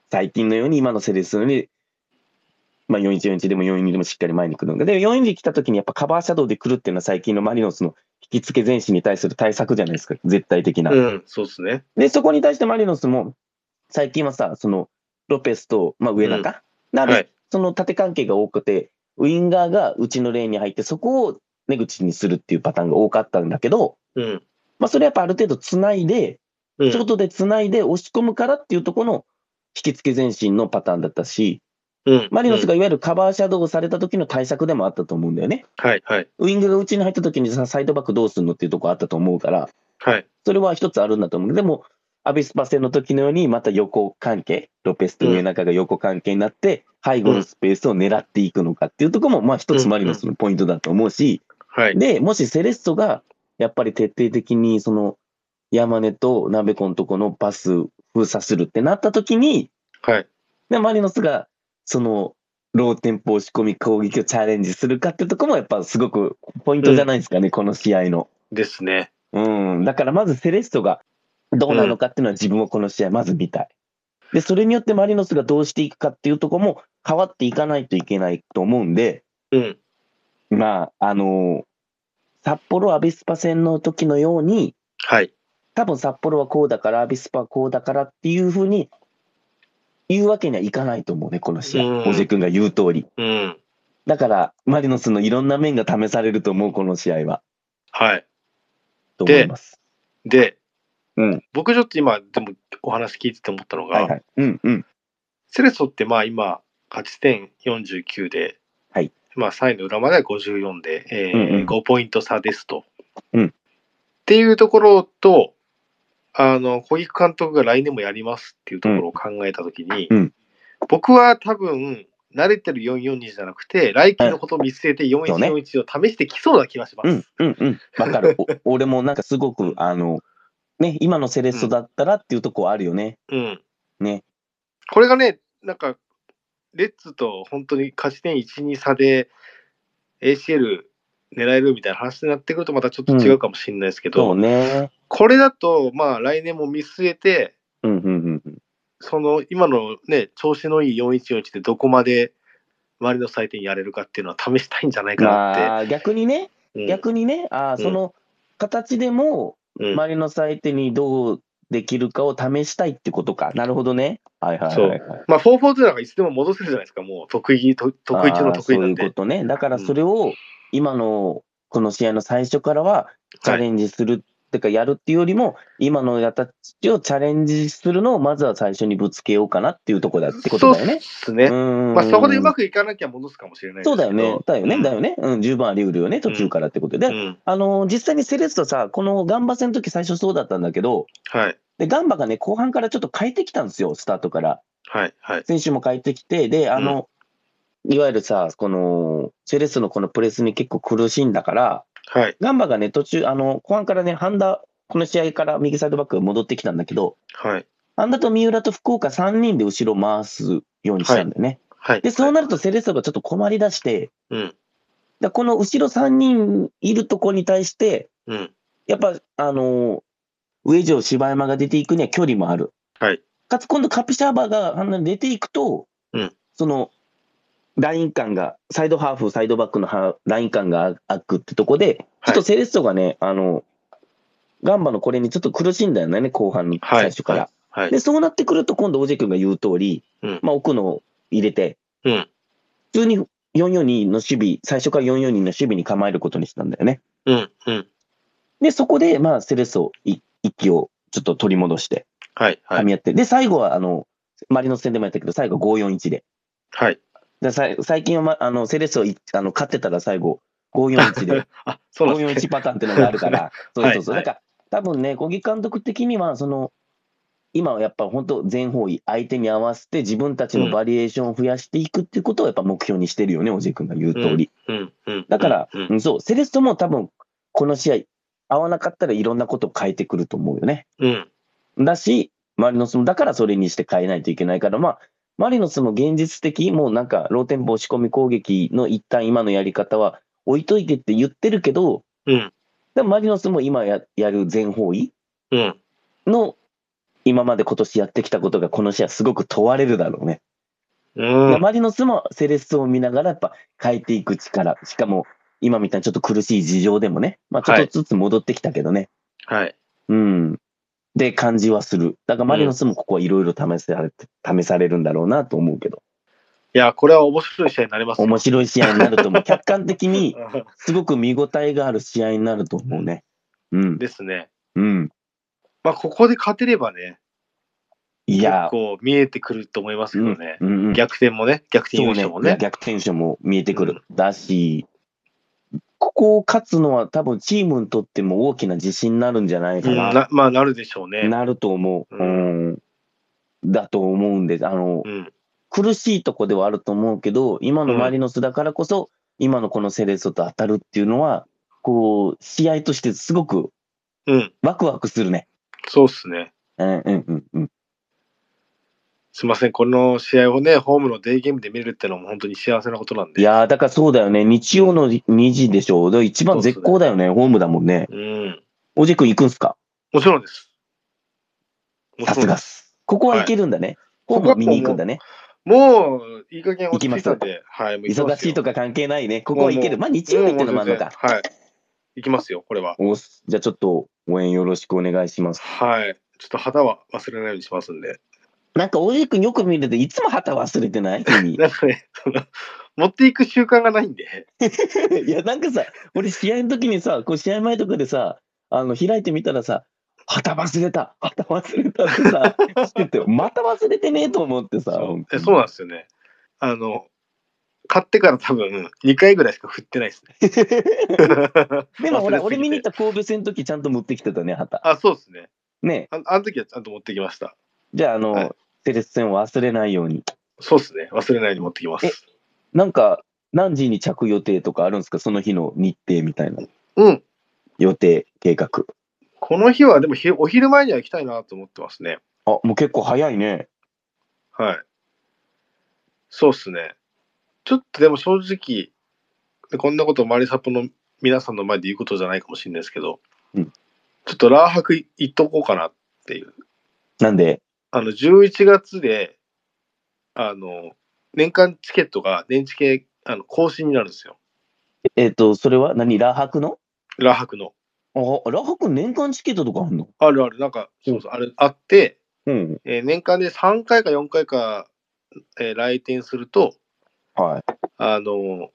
S1: 最近のように今のセレッソのように、まあ、4141でも442でもしっかり前に来るのかで412来た時にやっぱカバーシャドウで来るっていうのは最近のマリノスの引き付け前進に対する対策じゃないですか絶対的な、
S2: うん、そうですね。
S1: でそこに対してマリノスも最近はさそのロペスと、まあ、上中、なので、
S2: はい。
S1: その縦関係が多くてウインガーがうちのレーンに入ってそこを出口にするっていうパターンが多かったんだけど、
S2: うん。
S1: まあ、それやっぱある程度つないで、
S2: うん
S1: ちょっとでつないで押し込むからっていうところの引き付け前進のパターンだったし、
S2: うん
S1: マリノスがいわゆるカバーシャドウをされた時の対策でもあったと思うんだよね。
S2: うんはいはい
S1: ウイングが内に入った時にさサイドバックどうするのっていうところあったと思うから、
S2: はい。
S1: それは一つあるんだと思う。でも、アビスパ戦の時のように、また横関係、ロペスと上中が横関係になって、背後のスペースを狙っていくのかっていうところも、まあ一つマリノスのポイントだと思うし、
S2: はい。
S1: で、もしセレッソが、やっぱり徹底的に、その、山根と鍋子のとこのパス封鎖するってなった時に、
S2: はい。
S1: でマリノスが、その、ローテンポ押し込み攻撃をチャレンジするかってとこも、やっぱすごくポイントじゃないですかね、この試合の。
S2: ですね。
S1: うん。だからまずセレッソがどうなのかっていうのは自分もこの試合まず見たい。で、それによってマリノスがどうしていくかっていうとこも変わっていかないといけないと思うんで、
S2: うん。
S1: まあ、あの札幌アビスパ戦の時のように、
S2: はい。
S1: 多分札幌はこうだから、アビスパはこうだからっていうふうに言うわけにはいかないと思うね、この試
S2: うん
S1: 合。小瀬君が言う通り。
S2: うん。
S1: だから、マリノスのいろんな面が試されると思う、この試合は。
S2: はい。
S1: と思います。
S2: で、
S1: うん
S2: 僕ちょっと今、でもお話聞いてて思ったのが、
S1: はいはい。うんうん。
S2: セレソってまあ今、勝ち点49で、
S1: はい
S2: まあ3位の裏までは54で、えー
S1: うんうん
S2: 5ポイント差ですと。
S1: うん
S2: っていうところと、あの、小菊監督が来年もやりますっていうところを考えたときに、
S1: うん
S2: 僕は多分、慣れてる442じゃなくて、来季のことを見据えて
S1: そうね
S2: 4141を試してきそうな気がします。
S1: うんうんうん。わ かる。お俺もなんかすごく、あの、ね、今のセレッソだったらっていうとこあるよね。
S2: うん。
S1: ね。
S2: これがね、なんか、レッツと本当に勝ち点1、2差で ACL 狙えるみたいな話になってくるとまたちょっと違うかもしれないですけど、
S1: そうね。
S2: これだと、まあ来年も見据えて、
S1: うんうんうんうん。
S2: その今のね、調子のいい4141でどこまで周りの採点やれるかっていうのは試したいんじゃないかなって。
S1: まあ、逆にね、
S2: うん
S1: 逆にね、あーその形でも、
S2: うん
S1: 周りの相手にどうできるかを試したいってことか。なるほどね。はいはいはい、はい。
S2: まあ442なんかいつでも戻せるじゃないですか、もう得意、と得意中の得意
S1: あーそ
S2: な
S1: うい
S2: ん
S1: うこ
S2: で。
S1: とね。だからそれを、今のこの試合の最初からは、チャレンジする、ってかやるっていうよりも、今の形をチャレンジするのをまずは最初にぶつけようかなっていうところだってことだよね。
S2: そうっすね。
S1: うん
S2: まあそこでうまくいかなきゃ戻すかもしれないです
S1: そ
S2: け
S1: う
S2: ど
S1: だよね。だよね。だ
S2: ね。
S1: よね。うん、十分あり得るよね。途中からってことで。
S2: うん
S1: あのー実際にセレッソさ、このガンバ戦の時最初そうだったんだけど、
S2: はい。
S1: で、ガンバがね、後半からちょっと変えてきたんですよ、スタートから。
S2: はい。はい。
S1: 選手も変えてきて、で、あの、いわゆるさ、この、セレッソのこのプレスに結構苦しんだから、
S2: はい。
S1: ガンバがね、途中、あの、後半からね、ハンダ、この試合から右サイドバックが戻ってきたんだけど、
S2: はい。
S1: ハンダと三浦と福岡3人で後ろ回すようにしたんだよね。
S2: はい。
S1: で、そうなるとセレッソがちょっと困りだして、
S2: うん。
S1: だこの後ろ3人いるとこに対して、
S2: うん。
S1: やっぱ、あの、上城、柴山が出ていくには距離もある。
S2: はい。
S1: かつ今度カプシャーバーがあんなに出ていくと、
S2: うん
S1: そのライン間が、サイドハーフ、サイドバックのハーライン間が開くってとこで、ちょっとセレッソがね、あの、ガンバのこれにちょっと苦しんだよね、後半の
S2: はい
S1: 最初から。
S2: はい
S1: で、。そうなってくると、今度、オジェ君が言う通り、
S2: うん
S1: まあ、奥の入れて、
S2: うん。
S1: 普通に442の守備、最初から442の守備に構えることにしたんだよね。
S2: うん。うん。
S1: で、そこで、まあ、セレッソ、い息をちょっと取り戻して、
S2: はい。は
S1: 噛
S2: い。
S1: み合って、で、最後は、あの、マリノス戦でもやったけど、最後541で。
S2: はい。
S1: でさい最近は、ま、あのセレッソをいあの勝ってたら最後、541で、
S2: あ、 そうなんで
S1: 541
S2: すね。
S1: パターンっていうのがあるから、そうそうそう。 な
S2: は
S1: いんか、多分ね、小木監督的には、その、今はやっぱ本当全方位、相手に合わせて自分たちのバリエーションを増やしていくっていうことをやっぱ目標にしてるよね、おじい君が言う通り。
S2: うん、うん。
S1: だから、
S2: うん
S1: う、んそう、セレッソも多分、この試合、合わなかったらいろんなことを変えてくると思うよね。
S2: うん、
S1: だし、マリノスもだからそれにして変えないといけないから、まあ、マリノスも現実的、もうなんか、ローテンポ押し込み攻撃の一旦今のやり方は置いといてって言ってるけど、
S2: うん、
S1: でもマリノスも今ややる全方位
S2: うん。
S1: の、今まで今年やってきたことがこの試合すごく問われるだろうね。
S2: うん
S1: マリノスもセレッソを見ながらやっぱ変えていく力、しかも今みたいにちょっと苦しい事情でもね、まあちょっとずつ戻ってきたけどね、
S2: はい。
S1: うん。で、感じはする。だからマリノスもここはいろいろ試されて、試されるんだろうなと思うけど。
S2: いや、これは面白い試合になりますよ。
S1: 面白い試合になると 思う。客観的に
S2: 白
S1: すごく見応えがある試合になると思うね。うん。
S2: ですね。
S1: うん。
S2: まあ、ここで勝てればね、
S1: い
S2: 結
S1: や、
S2: 構見えてくると思います
S1: う
S2: けど
S1: ん
S2: ね。
S1: うんうん
S2: 逆転もね、逆転優勝も
S1: いや
S2: ね。
S1: 逆転勝も見えてくる。だし、ここを勝つのは多分チームにとっても大きな自信になるんじゃないか
S2: うん
S1: な。
S2: なまあ、なるでしょうね。
S1: なると思う。
S2: う
S1: うん。だと思うんです。あの、
S2: うん、
S1: 苦しいとこではあると思うけど、今のマリノスだからこそ、今のこのセレッソと当たるっていうのは、こう、試合としてすごく
S2: うん、
S1: ワクワクするね。
S2: そうっすね。
S1: うんうんうんうん。
S2: すいません、この試合をね、ホームのデーゲームで見れるってのも本当に幸せなことなんで。
S1: いやー、だからそうだよね。日曜の2時でしょ。だから一番絶好だよね。ホームだもんね。
S2: うん、
S1: おじくん行くんすか
S2: もちろんです。も
S1: さ
S2: ちろ
S1: す
S2: ん
S1: が
S2: で
S1: っ
S2: す。
S1: す。ここは行けるんだね。ホーム見に行くんだね。
S2: もう、いい加減落ち着いたんで、はい、もう行きま
S1: 忙
S2: す
S1: し
S2: よ
S1: いとか関係ないね。ここは行ける。
S2: も
S1: まあ日曜日ってのもあるの
S2: う
S1: か。
S2: 全然はい。行きますよ、これは。
S1: おっすじゃあちょっと応援よろしくお願いします。
S2: はい。ちょっと旗は忘れないようにしますんで。
S1: なんかおじくんよく見るといつも旗忘れて ない君
S2: なんかね、 その、持っていく習慣がないんで。
S1: いや、なんかさ、俺、試合の時にさ、こう試合前とかでさ、あの開いてみたらさ、旗忘れた、旗忘れたってさ、 してて、また忘れてねえと思ってさ、
S2: そう
S1: 本当
S2: え
S1: に
S2: そうなんですよね。あの、買ってから多分2回ぐらいしか振ってないですね。
S1: でもほら、
S2: 忘れ
S1: 俺
S2: すぎ
S1: 見
S2: て
S1: に行った神戸戦の時ちゃんと持ってきてたね、旗。
S2: あ、そうですね。
S1: ね、
S2: ああの時はちゃんと持ってきました。
S1: じゃあ、あの、
S2: はい
S1: セレッソ戦を忘れないように。
S2: そうですね。忘れないように持ってきま
S1: え
S2: す。
S1: なんか、何時に着予定とかあるんですか、その日の日程みたいな、
S2: うん。
S1: 予定、計画。
S2: この日はでもひお昼前には行きたいなと思ってますね。
S1: あもう結構早いね。
S2: はい。そうっすね。ちょっとでも正直、でこんなことをマリサポの皆さんの前で言うことじゃないかもしれないですけど、
S1: うん
S2: ちょっとラーハクい行っとこうかなっていう。
S1: なんで、
S2: あの、11月で、あの、年間チケットが年チケあの更新になるんですよ。
S1: えっ、と、それは何、ラハクの
S2: ラーハクの。
S1: あラハク年間チケットとかあるの
S2: あるある、なんか、そうそう、あれ、あって、
S1: うん。
S2: えー年間で3回か4回か、えー来店すると、
S1: はい。
S2: あの、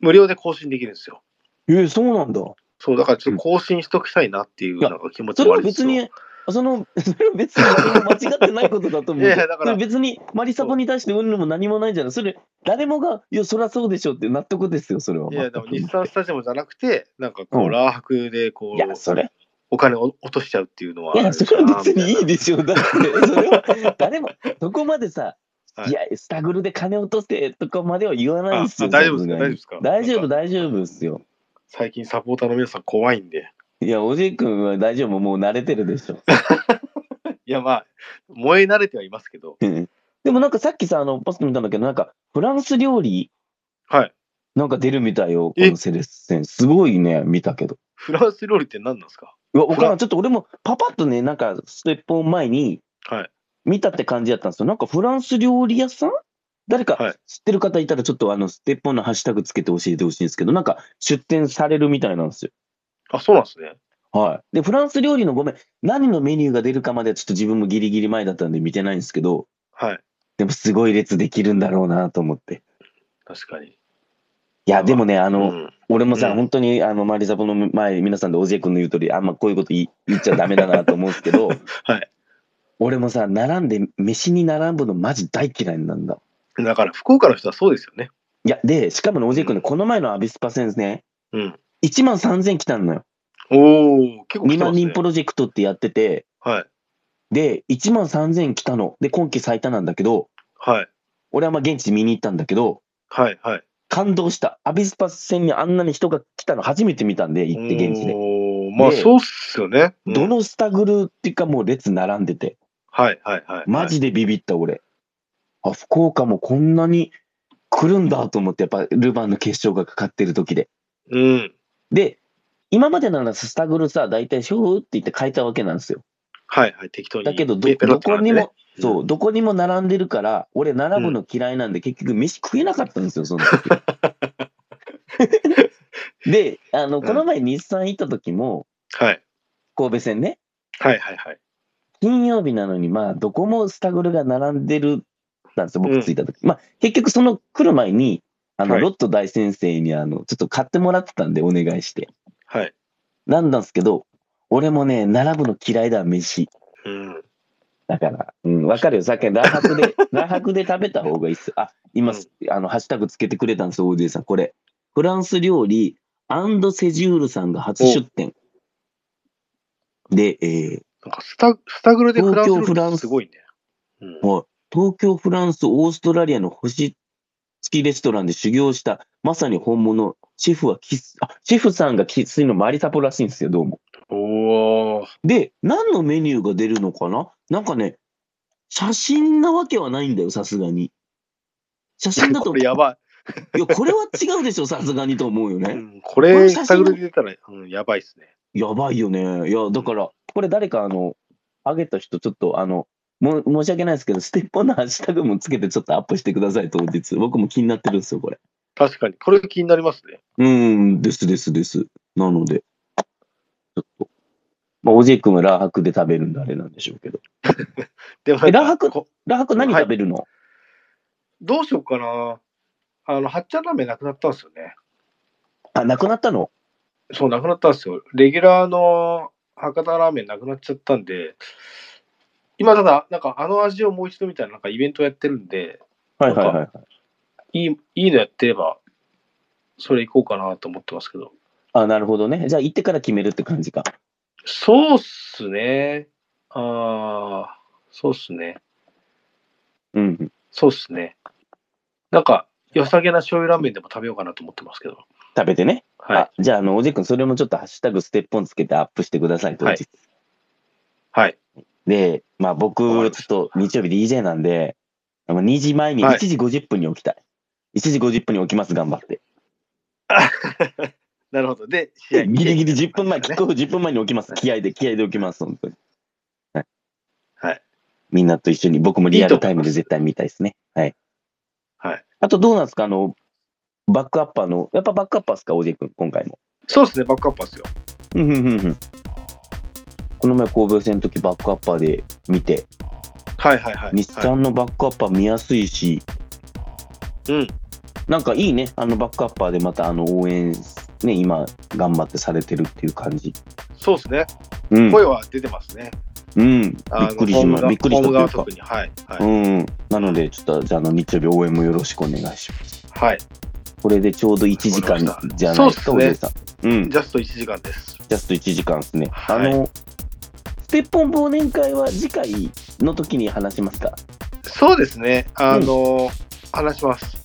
S2: 無料で更新できるんですよ。
S1: えーそうなんだ。
S2: そう、だからちょっと更新しときたいなっていう
S1: いや
S2: なんか気持
S1: そ
S2: ち
S1: れ
S2: もあ
S1: は
S2: り
S1: 別に、その、 それは別に何も間違ってないことだと思う。
S2: いやいやだから
S1: それ別に、マリサポに対してうんぬんも何もないじゃない。それ、誰もが、いや、そりゃそうでしょって納得ですよ、それは。
S2: いや、でも日産スタジアムじゃなくて、なんかこ
S1: うん
S2: う、ラー博で
S1: い
S2: こ、
S1: うや、それ、
S2: お金を落としちゃうっていうのはあ
S1: い
S2: れか
S1: や、
S2: な。
S1: それは別にいい
S2: み
S1: でしょ。だって、それは、誰も、そこまでさ、
S2: はい
S1: いや、スタグルで金落とせとかまでは言わないですよ。
S2: ああ大丈夫です
S1: さ
S2: か
S1: が
S2: 大
S1: に大丈
S2: 丈夫ですかな
S1: 夫、
S2: んか
S1: 大丈夫ですよ。
S2: たいな最近サポーターの皆さん怖いんで。
S1: いや、おじい君は大丈夫、もう慣れてるでしょ。
S2: いや、まあ、燃え慣れてはいますけど。
S1: うんでもなんかさっきさ、あの、ポスト見たんだけど、なんか、フランス料理
S2: はい。
S1: なんか出るみたいよ、こ
S2: え
S1: のセレッソ戦。すごいね、見たけど。
S2: フランス料理って何なんですか
S1: うわ、わからん。ちょっと俺もパパッとね、なんかステップ前に
S2: はい。
S1: 見たって感じやったんですよ。なんかフランス料理屋さん誰
S2: は
S1: か
S2: い
S1: 知ってる方いたら、ちょっとあの、ステップのハッシュタグつけて教えてほしいんですけど、なんか出店されるみたいなんですよ。
S2: あ、そうなんですね。
S1: はい。で、フランス料理のごめん、何のメニューが出るかまではちょっと自分もギリギリ前だったんで見てないんですけど、
S2: はい。
S1: でもすごい列できるんだろうなと思って。
S2: 確かに。
S1: いや、でもね、あ
S2: う
S1: の、
S2: ん。
S1: 俺もさ、
S2: うん
S1: 本当にあのマリサポの前、皆さんでおじえ君の言う通り、あんまこういうこと言い言っちゃダメだなと思うんですけど、
S2: はい
S1: 俺もさ、並んで、飯に並ぶのマジ大嫌いなんだ。
S2: だから、福岡の人はそうですよね。
S1: いや、で、しかもね、おじい君ね、この前のアビスパ戦ですね、
S2: うん。
S1: 1万3000来たのよ。
S2: おお結構来
S1: 2
S2: てま
S1: 万
S2: すね
S1: 人プロジェクトってやってて、
S2: はい。
S1: で、1万3000来たの。で、今季最多なんだけど、
S2: はい。
S1: 俺はまあ現地見に行ったんだけど、
S2: はい。はい。
S1: 感動した。アビスパ戦にあんなに人が来たの初めて見たんで、行って現地で。
S2: おーまあ、
S1: で
S2: そうっすよね。うん
S1: どのスタグルっていうかもう列並んでて、
S2: はい。はい。はい。
S1: マジでビビった俺。あ、福岡もこんなに来るんだと思って、やっぱルヴァンの決勝がかかってる時で。
S2: うん。
S1: で、今までならスタグルさ、大体シューって言って変えたわけなんですよ。
S2: はい。はい。適当に。
S1: だけどど、
S2: ペペロ
S1: ど
S2: ッとな
S1: こ
S2: んで
S1: に
S2: ね
S1: も、そう、どこにも並んでるから、俺、並ぶの嫌いなんで、結局、飯食えなかったんですよ、その 時。で、あの、
S2: うん
S1: この前、日産行った時も、
S2: はい。
S1: 神戸線ね、
S2: はい。はい。はい。
S1: 金曜日なのに、まあ、どこもスタグルが並んでる、なんですよ、僕着いた時。まあ、結局、その来る前に、あの、
S2: はい
S1: ロット大先生に、あの、ちょっと買ってもらってたんで、お願いして。
S2: はい。
S1: なんなんですけど、俺もね、並ぶの嫌いだ、飯。
S2: うん。
S1: だから、うん、わかるよ。さっき、ラ白 で、ラ白で食べた方がいいっす。あ、今、あの、ハッシュタグつけてくれたんですよ、オーディエンさん。これ。フランス料理、アンドセジュールさんが初出店。で、えー
S2: なんかスタ、スタグルでフランス料理
S1: 東京フランス
S2: すごいね。うん
S1: はい東京、フランス、オーストラリアの星付きレストランで修行した、まさに本物。シェフはキス、あ、シェフさんがキスのマリサポらしいんですよ、どうも。
S2: おお。
S1: で、何のメニューが出るのかななんかね、写真なわけはないんだよ、さすがに。写真だと
S2: これやば
S1: いや、これは違うでしょ、さすがにと思うよ
S2: い。う
S1: ね。
S2: んこ
S1: こ
S2: れ、
S1: の写真
S2: スタグルで出たら、うん、やばいっすね。
S1: やばいよね。いや、だから、これ誰か、あの、あげた人、ちょっと、あの、も申し訳ないですけど、ステップのハッシュタグもつけて、ちょっとアップしてくださいと、当日。僕も気になってるんですよ、これ。
S2: 確かに。これ気になりますね。
S1: うん、ですですです。なので、ちょっと。まあ、おじい君はラーハクで食べるんであれなんでしょうけど。
S2: でもなんか
S1: えラハク
S2: こ
S1: ラーハク何食べるの、
S2: どうしようかな。あの、はっちゃんラーメンなくなったんですよね。
S1: あ、なくなったの
S2: そう、なくなったんですよ。レギュラーの博多ラーメンなくなっちゃったんで、今ただ、なんかあの味をもう一度みたいな、なんかイベントやってるんで、
S1: はいはいはい。
S2: いいいいのやってれば、それ行こうかなと思ってますけど。
S1: あ、なるほどね。じゃあ、行ってから決めるって感じか。
S2: そうっすね。ああ、そうっすね。
S1: うん。
S2: そうっすね。なんか、良さげな醤油ラーメンでも食べようかなと思ってますけど。
S1: 食べてね。
S2: はい
S1: あ。じゃあ、あの、おじいくん、それもちょっとハッシュタグステップオンつけてアップしてくださいと。
S2: はいはい。
S1: で、まあ僕、ち
S2: わか
S1: ょ
S2: り
S1: っ
S2: ました
S1: と日曜日 DJ なんで、あの2時前に
S2: は
S1: 1
S2: い
S1: 時50分に起きたい。1時50分に起きます、頑張って。
S2: なるほど。で、試合
S1: ギリギリ10分前、キ
S2: ね
S1: ックオフ10分前に起きます。気合で、気合で起きます、本当に。はい。
S2: はい
S1: みんなと一緒に、僕もリアルタイムで絶対見たいですね。はい。
S2: はい。
S1: あと、どうなんですか、あの、バックアッパーの、やっぱバックアッパーですか、おじい君、今回も。
S2: そうっすね、バックアッパーっすよ。
S1: うんうんうんうん。この前、神戸戦の時バックアッパーで見て、
S2: はいはいはい。
S1: 日
S2: はい
S1: 産のバックアッパー見やすいし、
S2: うん。
S1: なんかいいね、あのバックアッパーでまたあの応援、ね、今、頑張ってされてるっていう感じ。
S2: そうっすね。
S1: うん、
S2: 声は出てますね。
S1: うん、び
S2: あの
S1: っくりしま
S2: ホームが
S1: びっくりした
S2: ホー
S1: と
S2: ム
S1: い
S2: 側
S1: うか
S2: 特、に。はい。は
S1: う
S2: い。
S1: ん、なので、ちょっとじゃあ、あの日曜日応援もよろしくお願いします。
S2: はい。
S1: これでちょうど1時間
S2: わかり
S1: じゃないですか、
S2: そう
S1: お
S2: っすね
S1: じさん。うん、ジ
S2: ジャスト1時間です。
S1: ャスト1時間ですね。
S2: はい
S1: あの、ステッポン忘年会は次回の時に話しますか
S2: そうですね。あの、話します。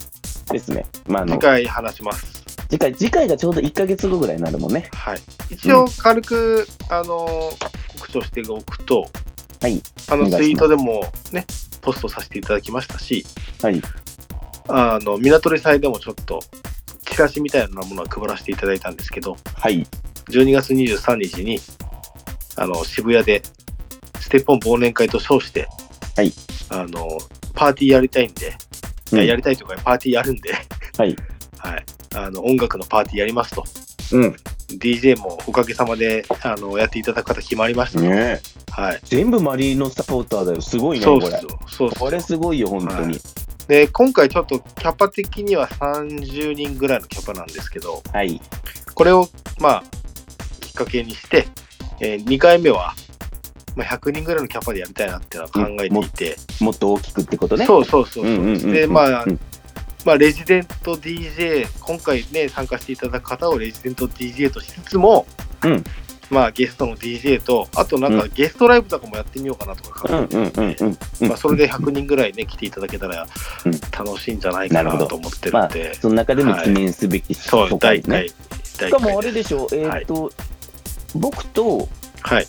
S1: ですね。まあ、あの
S2: 次、回話します。
S1: 次回、次回がちょうど1ヶ月後ぐらいになるもんね。
S2: はい。一応、軽く、あの、告知をしておくと、
S1: はい。
S2: あの、
S1: お願いします
S2: ツイートでもね、ポストさせていただきましたし、
S1: はい。
S2: あの、港り祭でもちょっと、チラシみたいなものは配らせていただいたんですけど、
S1: はい。
S2: 12月23日に、あの、渋谷で、ステップオン忘年会と称して、
S1: はい。
S2: あの、パーティーやりたいんで、いややりたいというか、パーティーやるんで、
S1: はい。
S2: はい。あの、音楽のパーティーやりますと。
S1: うん。
S2: DJ もおかげさまで、あの、やっていただく方決まりました。
S1: ねえ。
S2: はい。
S1: 全部マリノサポーターだよ。すごいね、
S2: そ
S1: こ
S2: うっ
S1: れ
S2: す。よ。そうっすよ
S1: これすごいよ、本当に。
S2: で、今回ちょっとキャパ的には30人ぐらいのキャパなんですけど、
S1: はい。
S2: これを、まあ、きっかけにして、え2回目は、まあ、100人ぐらいのキャパでやりたいなっていうのは考えていて、
S1: もっと大きくってことね。
S2: そうそうそうそう,、
S1: んんんん
S2: でまあ
S1: うん
S2: まあ、レジデント DJ、今回ね、参加していただく方をレジデント DJ としつつも、
S1: うん
S2: まあ、ゲストの DJ と、あとなんかゲストライブとかもやってみようかなとか
S1: う
S2: 考
S1: ん
S2: えて
S1: うん
S2: て、
S1: うんうんうん
S2: まあ、それで100人ぐらいね、来ていただけたら
S1: うん
S2: 楽しいんじゃないか
S1: なる
S2: な
S1: ほど
S2: と思ってる
S1: ま
S2: ん
S1: あ
S2: で、、
S1: その中でも記念すべき
S2: そう、
S1: 回
S2: 第
S1: で
S2: 1
S1: すね。
S2: 回、第
S1: し
S2: 1
S1: か
S2: 回
S1: もあれでしょう、えーっと、僕と
S2: はい、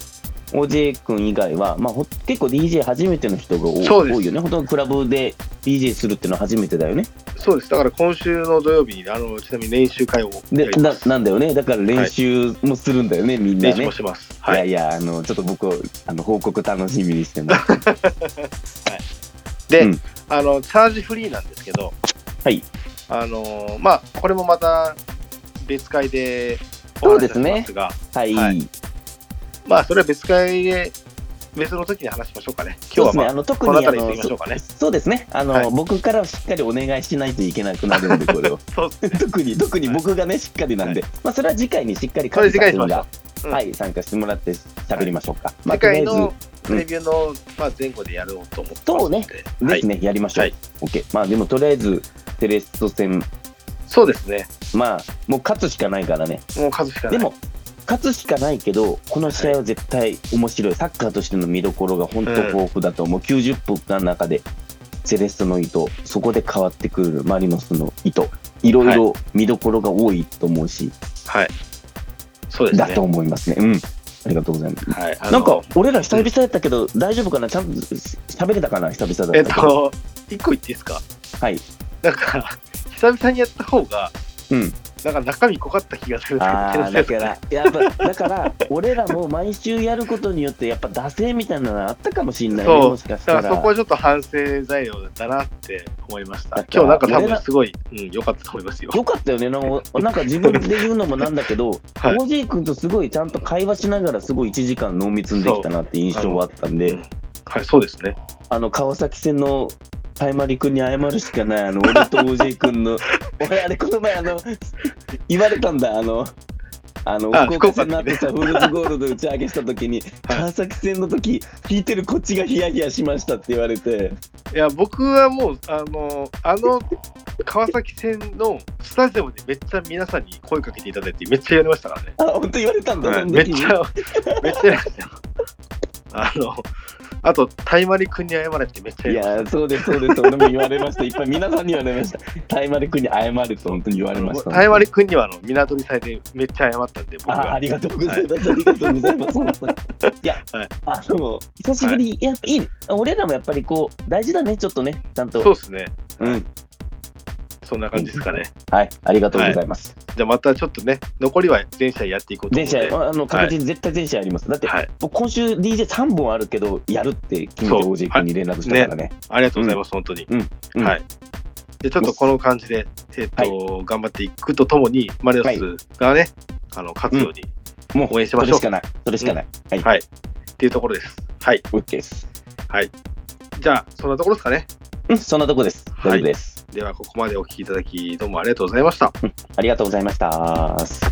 S1: おじい君以外は、まあ、ほ結構 DJ 初めての人が多
S2: そうです
S1: 多いよね。本当にクラブで DJ するってのは初めてだよね。
S2: そうです、だから今週の土曜日に、あのちなみに練習会をや
S1: で
S2: りま
S1: な
S2: す
S1: なんだよね。だから練習もするんだよね、みんな
S2: 練習
S1: ね
S2: も。します。はい
S1: い、やいや、あの、ちょっと僕、あの報告楽しみにしてます。
S2: で、
S1: うん
S2: あのチャージフリーなんですけど、
S1: はい
S2: あのまあ、これもまた別会でお
S1: そう
S2: 話
S1: で
S2: し
S1: す
S2: し
S1: ね
S2: ますが、
S1: はい。
S2: はいまあ、それは別会で、別の時に話しましょうかね。今日は、まあ
S1: そうですね、あの特
S2: この
S1: にあ
S2: 辺りに
S1: の
S2: してみましょうかね
S1: そそうですねあの、
S2: はい
S1: 僕からはしっかりお願いしないといけなくなるんで、これを
S2: そうですね
S1: 特に特に僕がね、しっかりなんで、まあ、それは次回にしっかり
S2: それ次回にしましょ
S1: が、
S2: ううん
S1: はい、参加してもらって喋りましょうか。まあ
S2: 次回
S1: とりあえ
S2: の
S1: ず
S2: プレビューの、まあ、前後でやろうと思ってます
S1: そうね
S2: のでは
S1: で
S2: い
S1: すね、やりましょう。
S2: はい
S1: OK。まあでもとりあえず、セレスト戦、
S2: そうですね、
S1: まあもう勝つしかないからね。
S2: もう数しかない。
S1: でも、勝つしかないけど、この試合は絶対面白い。サッカーとしての見どころが本当豊富だと思う。90分間の中で、セレストの意図、そこで変わってくるマリノスの意図、いろいろ見どころが多いと思うし、
S2: はい、そうです
S1: だと
S2: ね。
S1: 思いますね。うん。ありがとうございます。
S2: はい、あの
S1: なんか、俺ら久々だったけど、大丈夫かなちゃんと喋れたかな久々だった
S2: え
S1: け
S2: っ
S1: ど。
S2: と、一個言っていいですか
S1: はい。
S2: なんか、久々にやった方が、
S1: うん。
S2: なんか中身濃かった気がするんですけど
S1: あ
S2: 気の
S1: あ、
S2: せい
S1: だ
S2: です
S1: か
S2: ね
S1: ら、やっぱ、だから、俺らも毎週やることによって、やっぱ、惰性みたいなのあったかもしれないね、
S2: そう
S1: もしかし
S2: だ
S1: た
S2: から
S1: ら
S2: そこ。はちょっと反省材料だなって思いました
S1: だ。から
S2: 今日なんか多
S1: 俺
S2: 分
S1: ら
S2: すごいうん良、かったと思いますよ。
S1: よかったよね、なんかなんか自分で言うのもなんだけど、
S2: はい
S1: OJ 君とすごいちゃんと会話しながら、すごい1時間濃密にできたなって印象はあったん
S2: う
S1: で
S2: ん、はい、そうですね。
S1: あの川崎戦のタイマリ君に謝るしかない、あの俺と OJ 君 の、俺、あれ、この前、あの言われたんだ、あの、あの
S2: あ
S1: 福岡戦の後
S2: 福
S1: さ、フルズゴールド打ち上げした時に、川崎戦の時聞いてるこっちがヒヤヒヤしましたって言われて、
S2: いや僕はもうあのあの川崎戦のスタジアムでめっちゃ皆さんに声かけていただいてめっちゃやりましたからね。
S1: あ、本当言われたんだ、
S2: は
S1: そ
S2: い
S1: の
S2: めっ
S1: 時
S2: ち
S1: に。
S2: ゃめっちゃやりましたよ。あのあとタイマリ君に謝れってめっちゃ
S1: い
S2: やりました。
S1: や、そうです、そうです、俺も言われました、いっぱい皆さんに言われました。タイマリ君に謝ると本当に言われました。
S2: タイマリ君にはあの港にされてめっちゃ謝ったんで僕
S1: あ
S2: は
S1: ありがとうございます。ありがとうございます。本当にいや、
S2: はい
S1: あの、久しぶり、い、や、いい、俺らもやっぱりこう、大事だね、ちょっとね、ちゃんと。
S2: そうですね。
S1: うん。
S2: そんな感じですかね。
S1: はい、ありがとうございます。
S2: じゃあまたちょっとね、残りは全試合やっていこうと思
S1: 全試
S2: うので。
S1: 合、あの、確実に絶対全試合あります。だって、
S2: はい。
S1: 僕今週 DJ3 本あるけど、やるって決めて
S2: そう
S1: OJ 君に連絡したからね。
S2: ありがとうございます、本当に。
S1: うん
S2: はい。で、ちょっとこの感じで、えっ、と、頑張っていくとともに、マリノスがね、あの、勝つように、
S1: もう、
S2: 応援しましょう
S1: それしかない。それしかない。はい。
S2: はい。っていうところです。はい。
S1: OK です。
S2: じゃあ、そんなところですかね。
S1: うん、そんなとこです。大丈夫です。
S2: では、ここまでお聞きいただき、どうもありがとうございました。
S1: ありがとうございました。